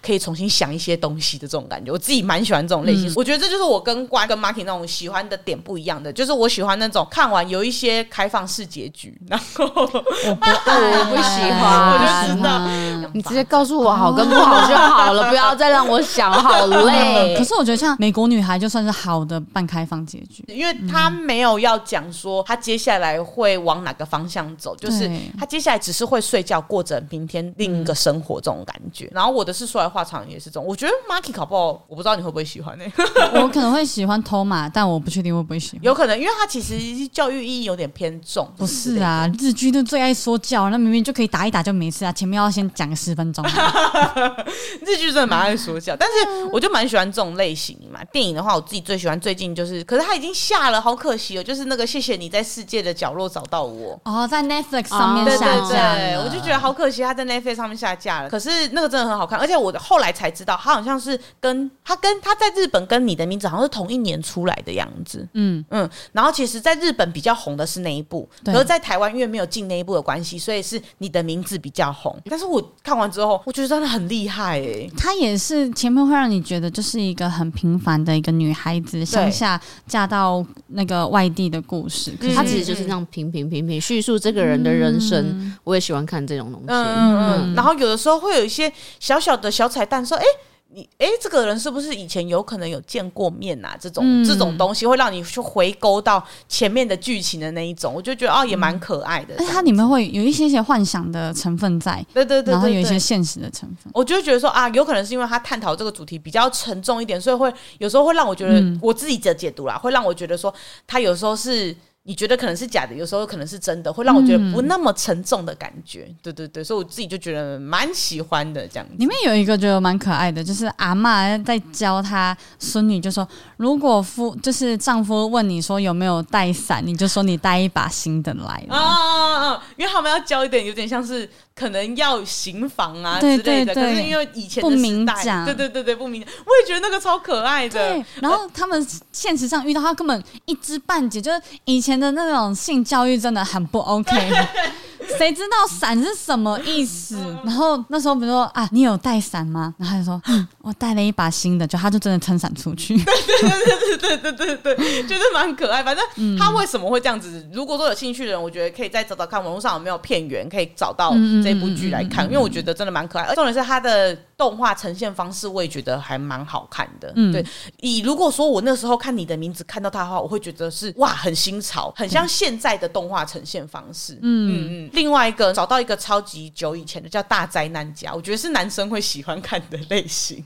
Speaker 3: 可以重新想一些东西的这种感觉，我自己蛮喜欢这种类
Speaker 1: 嗯
Speaker 3: 型。我觉得这就是我跟关跟 Marky 那种喜欢的点不一样的，就是我喜欢那种看完有一些开放式结局，然后
Speaker 1: 我不爱，
Speaker 2: 我不喜欢
Speaker 3: 我就知道
Speaker 1: 嗯
Speaker 2: 你直接告诉我好跟不好就好了，不要再让我想，好 累。
Speaker 1: 哎可是我觉得像美国女孩就算是好的半开放结 局，
Speaker 3: 因为他没有要讲说他接下来会往哪个方向走，就是
Speaker 1: 对
Speaker 3: 他接下来只是会睡觉，过着明天另一个生活这种感觉。然后我的是说来话长也是这种，我觉得 Marky 搞不好，我不知道你会不会喜欢呢、欸
Speaker 1: 我可能会喜欢偷马，但我不确定会不会喜欢。
Speaker 3: 有可能因为他其实教育意义有点偏重，
Speaker 1: 不是啊，日剧都最爱 说教，那明明就可以打一打就没事啊，前面要先讲个十分钟啊。
Speaker 3: 日剧真的蛮拿来说教。但
Speaker 1: 嗯
Speaker 3: 是我就蛮喜欢这种类型嘛。电影的话，我自己最喜欢最近就是，可是它已经下了，好可惜哦。就是那个谢谢你在世界的角落找到我。
Speaker 1: 哦，在 Netflix 上面
Speaker 3: 啊对
Speaker 1: 下
Speaker 3: 对
Speaker 1: 架
Speaker 3: 对，
Speaker 1: 了
Speaker 3: 我就觉得好可惜，它在 Netflix 上面下架了。可是那个真的很好看，而且我后来才知道，它好像是跟它跟它在日本跟你的名字好像是同一年出来的样子。
Speaker 1: 嗯，
Speaker 3: 嗯，然后其实，在日本比较红的是那一部，
Speaker 1: 对
Speaker 3: 可是在台湾因为没有进那一部的关系，所以是你的名字比较红。但是我看完之后，我觉得真的很厉害哎、
Speaker 1: 她也是前面会让你觉得就是一个很平凡的一个女孩子，乡下嫁到那个外地的故事。
Speaker 3: 嗯
Speaker 1: 可是
Speaker 2: 他
Speaker 1: 她只
Speaker 2: 其实就是那样平平平平叙述这个人的人生，我也喜欢看这种东西。
Speaker 3: 嗯嗯嗯。然后有的时候会有一些小小的小彩蛋，说哎。你哎，这个人是不是以前有可能有见过面啊？这种、
Speaker 1: 嗯
Speaker 3: 这种东西会让你去回勾到前面的剧情的那一种，我就觉得哦，也蛮可爱的。
Speaker 1: 而且它哎里面会有一些些幻想的成分在，
Speaker 3: 对对对对，
Speaker 1: 然后有一
Speaker 3: 对
Speaker 1: 些现实的成分。
Speaker 3: 我就会觉得说啊，有可能是因为他探讨这个主题比较沉重一点，所以会有时候会让我觉
Speaker 1: 嗯
Speaker 3: 得、我自己的解读啦，会让我觉得说他有时候是你觉得可能是假的，有时候可能是真的，会让我觉
Speaker 1: 嗯
Speaker 3: 得不那么沉重的感觉。对对对，所以我自己就觉得蛮喜欢的这样子。
Speaker 1: 里面有一个觉得蛮可爱的，就是阿嬷在教她孙女，就说如果夫就是丈夫问你说有没有带伞，你就说你带一把新的来
Speaker 3: 啊
Speaker 1: 了。
Speaker 3: 啊啊！啊因为他们要教一点，有点像是可能要刑房啊
Speaker 1: 对
Speaker 3: 之类的，
Speaker 1: 对对
Speaker 3: 可是因为以前
Speaker 1: 不
Speaker 3: 的时
Speaker 1: 明
Speaker 3: 代，
Speaker 1: 讲
Speaker 3: 对对对对，不明讲，我也觉得那个超可爱的。
Speaker 1: 对，然后他们现实上遇到他根本一知半解，就是以前的那种性教育真的很不 OK，谁知道伞是什么意思？然后那时候比如说啊，你有带伞吗？然后他就说、嗯、我带了一把新的，就他就真的撑伞出去。
Speaker 3: 对对对对，对，觉得蛮可爱。反正他为什么会这样子？如果说有兴趣的人，我觉得可以再找找看网络上有没有片源，可以找到这部剧来看，因为我觉得真的蛮可爱。而重点是它的动画呈现方式，我也觉得还蛮好看的。
Speaker 1: 嗯
Speaker 3: 对，以如果说我那时候看你的名字看到它的话，我会觉得是哇，很新潮，很像现在的动画呈现方式。嗯嗯嗯。另外一个找到一个超级久以前的叫《大灾难家》，我觉得是男生会喜欢看的类型。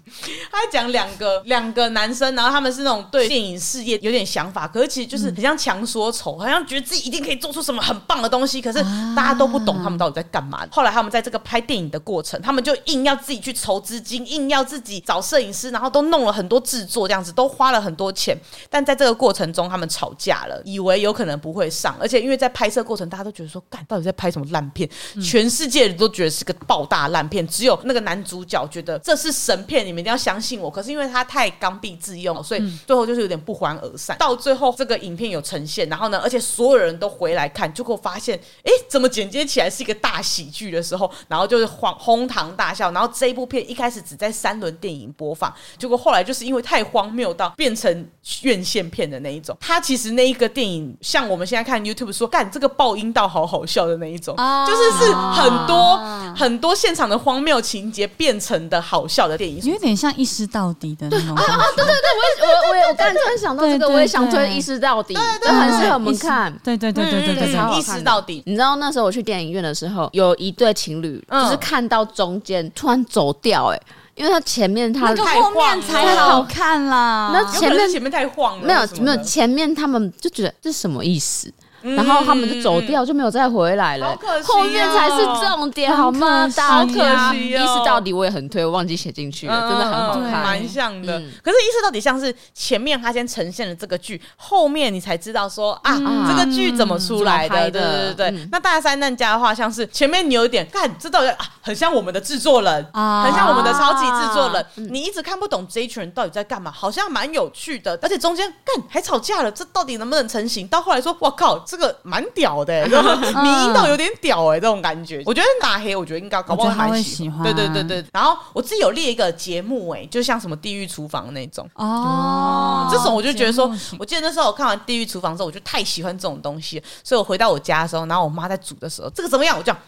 Speaker 3: 他还讲两个两个男生，然后他们是那种对电影事业有点想法，可是其实就是很像强说愁，好像觉得自己一定可以做出什么很棒的东西，可是大家都不懂他们到底在干嘛。后来他们在这个拍电影的过程，他们就硬要自己去筹资金，硬要自己找摄影师，然后都弄了很多制作，这样子都花了很多钱。但在这个过程中，他们吵架了，以为有可能不会上，而且因为在拍摄过程，大家都觉得说，干到底在拍什么烂片？全世界人都觉得是个爆大烂片，只有那个男主角觉得这是神片，你们一定要相信我。可是因为他太刚愎自用了，所以最后就是有点不欢而散。到最后这个影片有呈现，然后呢，而且所有人都回来看，结果发现，诶，怎么剪接起来是一个大喜剧的时候，然后就是荒哄堂大笑。然后这一部片一开始只在三轮电影播放，结果后来就是因为太荒谬到变成院线片的那一种。它其实那一个电影，像我们现在看 YouTube 说，干这个爆音到好好笑的那一种，
Speaker 1: 啊
Speaker 3: 就是是很多
Speaker 2: 啊
Speaker 3: 很多现场的荒谬情节变成的好笑的电影。
Speaker 2: 嗯
Speaker 1: 有点像一尸到底的那种感觉。
Speaker 2: 对对对，我也我我也我刚才突然想到这
Speaker 1: 对
Speaker 2: 个，
Speaker 1: 对
Speaker 2: 我也想推
Speaker 1: 对
Speaker 2: 《意识到底》，这很适合我们看。
Speaker 1: 对对对对对对
Speaker 2: 嗯嗯嗯
Speaker 1: 对，
Speaker 2: 好看
Speaker 3: 意识
Speaker 2: 的
Speaker 3: 到底。
Speaker 2: 你知道那时候我去电影院的时候，有一对情侣，
Speaker 3: 嗯
Speaker 2: 就是看到中间突然走掉、哎，因为他前面他
Speaker 1: 那个后面才好看啦。
Speaker 2: 那
Speaker 3: 有
Speaker 2: 前
Speaker 3: 可能
Speaker 2: 面
Speaker 3: 是前面太晃了，
Speaker 2: 没
Speaker 3: 或什
Speaker 2: 有
Speaker 3: 么
Speaker 2: 没
Speaker 3: 的
Speaker 2: 有前面他们就觉得这什么意思，然后他们就走掉，就没有再回来了、
Speaker 3: 好可惜哦
Speaker 2: 后面才是重点，好吗？
Speaker 1: 好
Speaker 2: 大
Speaker 1: 可惜
Speaker 2: 家
Speaker 3: 哦
Speaker 2: 意识到底我也很推，我忘记写进去了，真的很好
Speaker 1: 嗯嗯对
Speaker 2: 看。
Speaker 3: 蛮像的。
Speaker 2: 嗯
Speaker 3: 可是意识到底像是前面他先呈现了这个剧，后面你才知道说啊，
Speaker 2: 嗯
Speaker 3: 这个剧怎么出来
Speaker 2: 怎么拍
Speaker 3: 的？对
Speaker 2: 的
Speaker 3: 对对对。
Speaker 2: 嗯
Speaker 3: 那大三难家的话，像是前面你有一点看，这到底啊，很像我们的制作人。
Speaker 1: 啊
Speaker 3: 很像我们的超级制作人
Speaker 2: 啊，
Speaker 3: 你一直看不懂这一群人到底在干嘛，好像蛮有趣的，而且中间干还吵架了，这到底能不能成型？到后来说，我靠，这个蛮屌的、欸，然后迷音到有点屌哎、欸，这种感觉，我觉得大黑，我觉得应该搞不好
Speaker 1: 我觉得他
Speaker 3: 蛮
Speaker 1: 会
Speaker 3: 喜
Speaker 1: 喜
Speaker 3: 欢，
Speaker 1: 欢
Speaker 3: 对对对对。然后我自己有列一个节目哎、欸，就像什么地狱厨房那种，
Speaker 1: 哦，
Speaker 3: 这种我就觉得
Speaker 1: 节
Speaker 3: 说
Speaker 1: 目型，
Speaker 3: 我记得那时候我看完《地狱厨房》之后，我就太喜欢这种东西了，所以我回到我家的时候，然后我妈在煮的时候，这个怎么样？我就这样。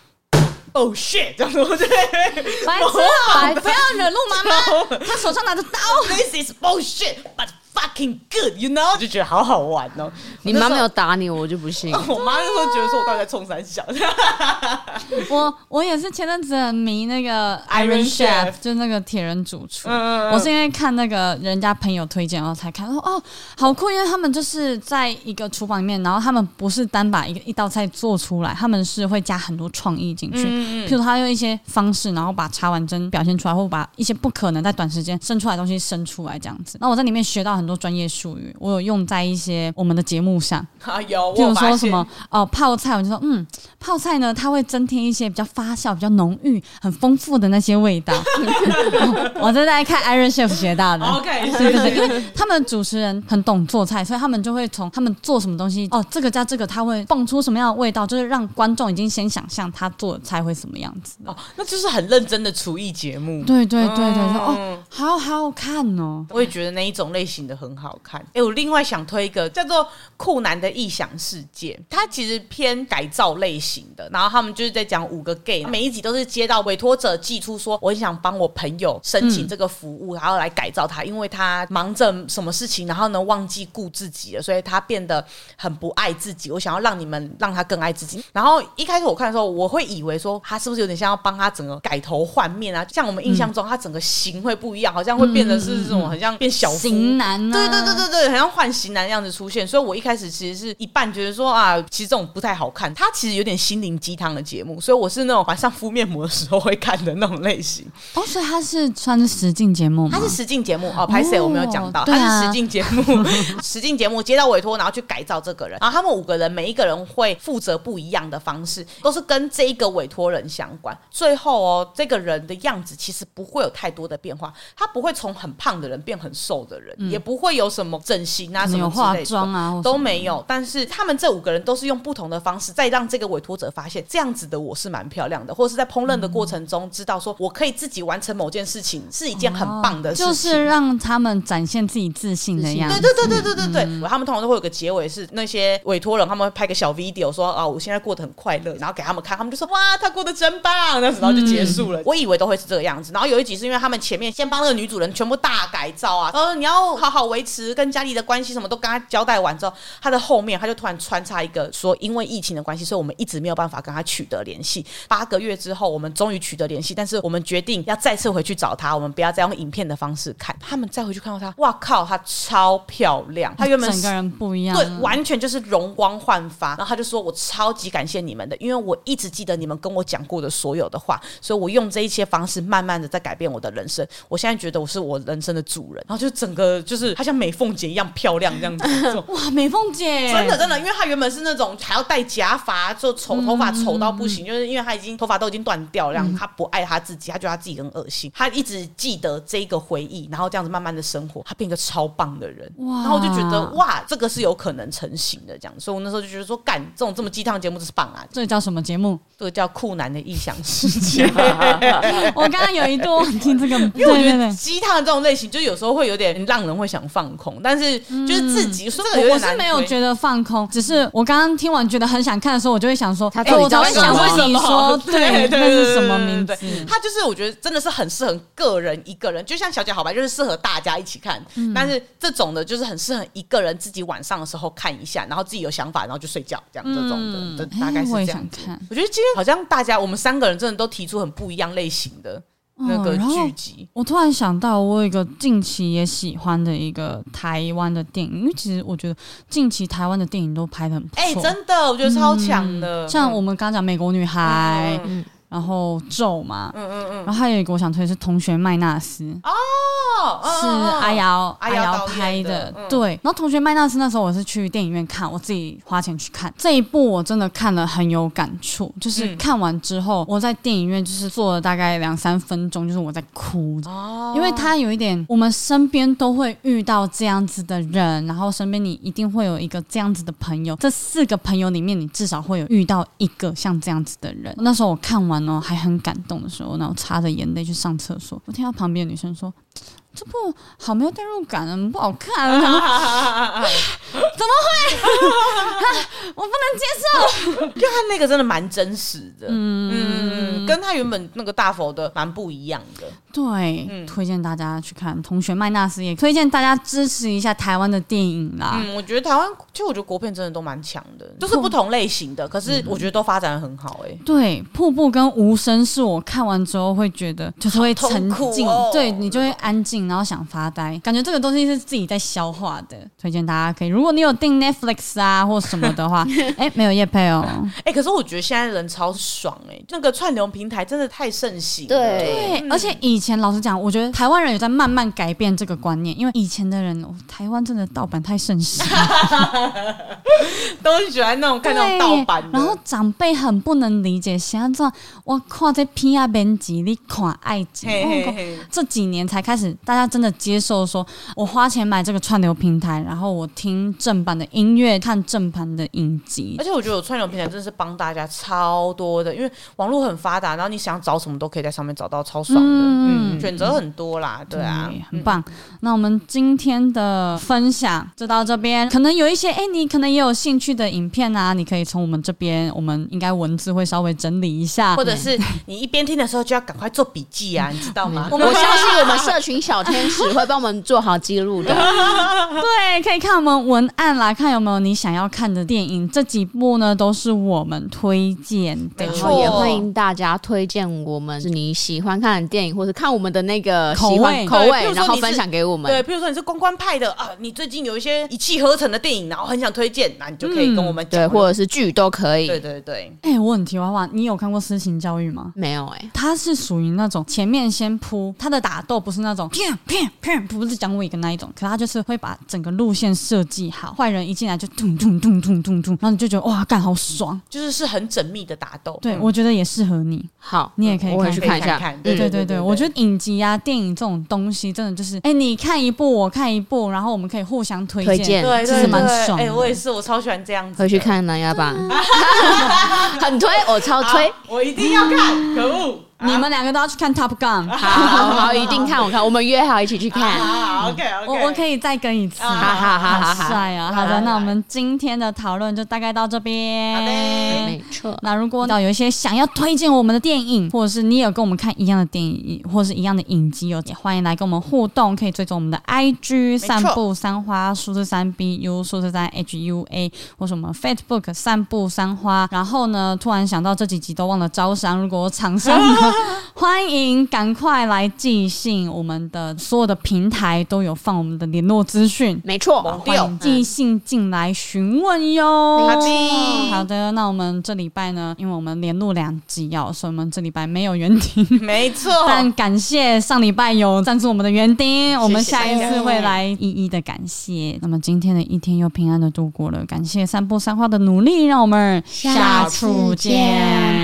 Speaker 3: Oh shit！这样子，我就
Speaker 1: 白痴啊，不要惹怒妈妈，她手上拿着刀。
Speaker 3: This is bullshit, but fuck fucking good，you know，我就觉得好好玩哦。
Speaker 2: 你妈没有
Speaker 3: 我
Speaker 2: 打你，我就不信
Speaker 3: 那。时候，我 妈那时候觉得说我到底在冲三小，
Speaker 1: 我我也是前阵子很迷那个
Speaker 3: Iron Chef
Speaker 1: 就是那个铁人主厨。
Speaker 3: 嗯
Speaker 1: 我是因为看那个人家朋友推荐，然后才看，说哦，好酷！因为他们就是在一个厨房里面，然后他们不是单把一个一道菜做出来，他们是会加很多创意进
Speaker 3: 嗯
Speaker 1: 去。譬如他用一些方式，然后把茶碗蒸表现出来，或把一些不可能在短时间生出来的东西生出来，这样子。那我在里面学到很多专业术语，我有用在一些我们的节目上，
Speaker 3: 啊有，我
Speaker 1: 譬
Speaker 3: 有
Speaker 1: 如
Speaker 3: 发
Speaker 1: 说什
Speaker 3: 现
Speaker 1: 么哦泡菜，我就说嗯，泡菜呢它会增添一些比较发酵、比较浓郁、很丰富的那些味道。 哦我正在看 Iron Chef 学到 的。
Speaker 3: ？OK，
Speaker 1: 对
Speaker 3: 对
Speaker 1: 对
Speaker 3: 哦对
Speaker 1: 对，
Speaker 3: 对，
Speaker 1: 因为他们主持人很懂做菜，所以他们就会从他们做什么东西哦，这个加这个，它会蹦出什么样的味道，就是让观众已经先想象他做的菜会什么样子。
Speaker 3: 哦，那就是很认真的厨艺节目。
Speaker 1: 对对对对，说哦，
Speaker 3: 嗯
Speaker 1: 好好看哦，
Speaker 3: 我也觉得那一种类型的很好看。哎、我另外想推一个叫做《酷男的异想世界》，它其实偏改造类型的，然后他们就是在讲五个 gay，每一集都是接到委托者寄出说，我很想帮我朋友申请这个服务，然后来改造他，因为他忙着什么事情，然后呢忘记顾自己了，所以他变得很不爱自己。我想要让你们让他更爱自己。然后一开始我看的时候，我会以为说他是不是有点像要帮他整个改头换面啊？像我们印象中，他整个型会不一样，好像会变得是这种很像变小夫
Speaker 1: 型男啊，
Speaker 3: 对对对对对，很像换型男样子出现，所以我一开始其实是一半觉得说啊，其实这种不太好看，它其实有点心灵鸡汤的节目，所以我是那种晚上敷面膜的时候会看的那种类型。
Speaker 1: 哦，所以他是穿着实境节目吗？
Speaker 3: 它是实境节目哦，拍谁我没有讲到，
Speaker 1: 对
Speaker 3: 它
Speaker 1: 啊
Speaker 3: 是实境节目， 实境节目接到委托，然后去改造这个人，然后他们五个人每一个人会负责不一样的方式，都是跟这一个委托人相关。最后哦，这个人的样子其实不会有太多的变化，他不会从很胖的人变很瘦的人，也不会有什么整形啊
Speaker 1: 可
Speaker 3: 什
Speaker 1: 能嗯有
Speaker 3: 么之
Speaker 1: 化
Speaker 3: 类的
Speaker 1: 妆啊，或
Speaker 3: 都
Speaker 1: 什么
Speaker 3: 没有，但是他们这五个人都是用不同的方式，再让这个委托者发现这样子的我是蛮漂亮的，或是在烹饪的过程中知道说我可以自己完成某件事情是一件很
Speaker 1: 哦
Speaker 3: 棒的事情。
Speaker 1: 就是让他们展现自己自信的样子。
Speaker 3: 对
Speaker 1: 嗯
Speaker 3: 对对对对对对，他们通常都会有个结尾是那些委托人他们会拍个小 video 说啊我现在过得很快乐，然后给他们看，他们就说哇他过得真棒，啊那然后就结
Speaker 1: 嗯
Speaker 3: 束了。我以为都会是这个样子，然后有一集是因为他们前面先帮那个女主人全部大改造啊，然后你要好好维持跟家里的关系，什么都跟他交代完之后，他的后面他就突然穿插一个说因为疫情的关系，所以我们一直没有办法跟他取得联系。八个月之后我们终于取得联系，但是我们决定要再次回去找他，我们不要再用影片的方式看，他们再回去看到他，哇靠，她超漂亮，她原本
Speaker 1: 整个人啊不一样，
Speaker 3: 对，完全就是容光焕发。然后他就说：“我超级感谢你们的，因为我一直记得你们跟我讲过的所有的话，所以我用这一些方式慢慢的在改变我的人生。我现在觉得我是我人生的主人，然后就整个就是她像美凤姐一样漂亮这样子。 这种
Speaker 1: 哇，美凤姐
Speaker 3: 真的真的，因为她原本是那种还要戴假发，就丑头发丑到不
Speaker 1: 嗯
Speaker 3: 行，就是因为她已经头发都已经断掉了，让她不爱她自己，她觉得她自己很恶心，她一直记得这一个回忆，然后这样子慢慢的生活，她变一个超棒的人，
Speaker 1: 哇
Speaker 3: 然后我就觉得哇，这个是有可能成型的这样，所以我那时候就觉得说，干这种这么鸡汤的节目真是棒啊，
Speaker 1: 这叫什么节目？
Speaker 3: 这个叫酷男的异想 世界。
Speaker 1: 我刚刚有一度忘记这个，对
Speaker 3: 因为我
Speaker 1: 对
Speaker 3: 觉得
Speaker 1: 对。
Speaker 3: 鸡汤的这种类型，就有时候会有点让人会想放空，但是就是自己说这个有
Speaker 1: 我嗯我
Speaker 3: 点难
Speaker 1: 是没有
Speaker 3: 推
Speaker 1: 觉得放空，只是我刚刚听完觉得很想看的时候，我就会想说，
Speaker 2: 他
Speaker 1: 哎、
Speaker 2: 到底
Speaker 1: 我才
Speaker 2: 叫
Speaker 1: 会
Speaker 2: 什么
Speaker 1: 想问你说，
Speaker 3: 对对
Speaker 1: 那是什么
Speaker 3: 对对
Speaker 1: 名
Speaker 3: 对对
Speaker 1: 字？
Speaker 3: 他就是我觉得真的是很适合个人一个人，就像《小姐好白》就是适合大家一起看，
Speaker 1: 嗯
Speaker 3: 但是这种的就是很适合一个人自己晚上的时候看一下，然后自己有想法，然后就睡觉这样、这种的，
Speaker 1: 哎
Speaker 3: 对大概是
Speaker 1: 我
Speaker 3: 这
Speaker 1: 也
Speaker 3: 样
Speaker 1: 想
Speaker 3: 子。
Speaker 1: 看。
Speaker 3: 我觉得今天好像大家我们三个人真的都提出很不一样类型的那
Speaker 1: 哦
Speaker 3: 个
Speaker 1: 然后
Speaker 3: 剧集。
Speaker 1: 我突然想到，我有一个近期也喜欢的一个台湾的电影，因为其实我觉得近期台湾的电影都拍的很不错。嗯
Speaker 3: 哎、真的，我觉得超强的，
Speaker 1: 像我们刚刚讲《美国女孩》
Speaker 3: 嗯
Speaker 1: 然后《咒》嘛，
Speaker 3: 嗯嗯嗯，
Speaker 1: 然后还有一个我想推的是《同学麦纳斯》，
Speaker 3: 哦，嗯
Speaker 1: 是
Speaker 3: 嗯嗯
Speaker 1: 阿瑶
Speaker 3: 阿
Speaker 1: 阿
Speaker 3: 瑶
Speaker 1: 瑶
Speaker 3: 导演
Speaker 1: 拍
Speaker 3: 的
Speaker 1: 的
Speaker 3: 嗯，
Speaker 1: 对。然后同学麦纳斯那时候我是去电影院看，我自己花钱去看这一部，我真的看了很有感触。就是
Speaker 3: 嗯
Speaker 1: 看完之后，我在电影院就是坐了大概两三分钟，就是我在哭，
Speaker 3: 哦
Speaker 1: 因为他有一点，我们身边都会遇到这样子的人，然后身边你一定会有一个这样子的朋友。这四个朋友里面，你至少会有遇到一个像这样子的人。那时候我看完哦，还很感动的时候，然后擦着眼泪去上厕所，我听到旁边的女生说。这部好没有代入感啊，不好看啊！我想 说我不能接受。
Speaker 3: 就他那个真的蛮真实的，嗯嗯跟他原本那个大佛的蛮不一样的。
Speaker 1: 对，推荐大家去看《同学麦纳斯》，也推荐大家支持一下台湾的电影啦。
Speaker 3: 嗯，我觉得台湾，其实我觉得国片真的都蛮强的，就是不同嗯类型的，可是我觉得都发展的很好、欸。哎、
Speaker 1: 对，瀑布跟无声是我看完之后会觉得就是会
Speaker 3: 好
Speaker 1: 沉
Speaker 3: 痛苦
Speaker 1: 静，
Speaker 3: 哦
Speaker 1: 对你就会安静，然后想发呆，感觉这个东西是自己在消化的。推荐大家可以，如果你有订 Netflix 啊或什么的 话，哎、没有叶配哦。
Speaker 3: 哎、可是我觉得现在人超爽哎、那个串流平台真的太盛行了。
Speaker 2: 对
Speaker 1: 对，而且以前老实讲，我觉得台湾人有在慢慢改变这个观念，因为以前的人，哦台湾真的盗版太盛 行了，
Speaker 3: 都喜欢那种看那种盗版的。
Speaker 1: 然后长辈很不能理解，想要我看这 P R 编辑，你看爱情，哦
Speaker 3: 嘿
Speaker 1: 我
Speaker 3: 嘿
Speaker 1: 讲
Speaker 3: 嘿，
Speaker 1: 这几年才开始，大家真的接受说，我花钱买这个串流平台，然后我听正版的音乐，看正版的影集
Speaker 3: 而。且我觉得有串流平台真的是帮大家超多的，因为网络很发达，然后你想找什么都可以在上面找到，超爽的。
Speaker 1: 嗯
Speaker 3: 嗯，选择很多啦，对啊，
Speaker 1: 很棒。那我们今天的分享就到这边，可能有一些哎、你可能也有兴趣的影片啊，你可以从我们这边，我们应该文字会稍微整理一下，
Speaker 3: 或者是你一边听的时候就要赶快做笔 记啊，你知道吗？
Speaker 2: 我们相信我们社群小天使会帮我们做好记录的。
Speaker 1: 对，可以看我们文案啦，看有没有你想要看的电影。这几部呢都是我们推荐的，
Speaker 3: 没
Speaker 2: 然
Speaker 3: 错
Speaker 2: 后也欢迎大家推荐我们是你喜欢看的电影，或者看我们的那个
Speaker 1: 口
Speaker 2: 喜欢
Speaker 1: 味
Speaker 2: 口
Speaker 3: 对比
Speaker 2: 味，
Speaker 3: 如说
Speaker 2: 然后
Speaker 3: 你是
Speaker 2: 分享给我们。
Speaker 3: 对，比如说你是公关派的啊，你最近有一些一气呵成的电影，然后很想推荐，那你就可以跟我
Speaker 1: 嗯
Speaker 3: 们讲
Speaker 2: 对，
Speaker 3: 了。
Speaker 2: 或者是剧都可以。
Speaker 3: 对对对，
Speaker 1: 哎、我很题娃娃，你有看过《私情教育》吗？
Speaker 2: 没有哎、
Speaker 1: 它是属于那种前面先铺，它的打斗不是那种骗骗骗，不是蒋伟跟那一种，可它就是会把整个路线设计好，坏人一进来就咚咚咚咚咚咚，然后你就觉得哇，干好爽。
Speaker 3: 就是是很缜密的打斗。
Speaker 1: 对，
Speaker 3: 嗯
Speaker 1: 我觉得也适合你。
Speaker 2: 好，
Speaker 1: 你也可以
Speaker 2: 我
Speaker 1: 看
Speaker 2: 回去看一下。
Speaker 3: 可以看看
Speaker 1: 对
Speaker 3: 对
Speaker 1: 对对对，我觉得影集啊、电影这种东西，真的就是，哎、你看一部，我看一部，然后我们可以互相推
Speaker 2: 推
Speaker 1: 荐。
Speaker 2: 荐
Speaker 3: 对，
Speaker 1: 其
Speaker 3: 对
Speaker 1: 实蛮
Speaker 3: 对
Speaker 1: 爽
Speaker 3: 哎、
Speaker 1: 的
Speaker 3: 我也是，我超喜欢这样子的。
Speaker 2: 回去看《南亚榜》， 很推，我超
Speaker 3: 啊
Speaker 2: 推。
Speaker 3: 我一定要看，可恶！啊
Speaker 1: 你们两个都要去看 Top Gun。
Speaker 2: 好 好好，一定看，我看，我们约好一起去看。
Speaker 3: 好，OK OK，
Speaker 1: 我我可以再跟一次，
Speaker 3: 啊
Speaker 2: 好好好好
Speaker 1: 好
Speaker 2: 好，
Speaker 1: 帅啊！好的，那我们今天的讨论就大概到这边。
Speaker 3: 好嘞。
Speaker 2: 没错。
Speaker 1: 那如果到有一些想要推荐我们的电影，或者是你有跟我们看一样的电影，或者是一样的影集哦，也欢迎来跟我们互动，可以追踪我们的 IG
Speaker 3: 错
Speaker 1: 散步三花数字三 BU 数字三 HUA 或什么 Facebook 散步三花。然后呢，突然想到这几集都忘了招商，如果有厂商呢，欢迎赶快来寄信，我们的所有的平台都有放我们的联络资讯。
Speaker 2: 没错，
Speaker 1: 欢迎寄信进来询问哟。
Speaker 3: 好的
Speaker 1: 好的，那我们这礼拜呢，因为我们连录两集哦，所以我们这礼拜没有园丁。
Speaker 3: 没错，
Speaker 1: 但感谢上礼拜有赞助我们的园丁，我们下一次会来一一的感谢。那么今天的一天又平安的度过了，感谢散步三花的努力，让我们
Speaker 2: 下次见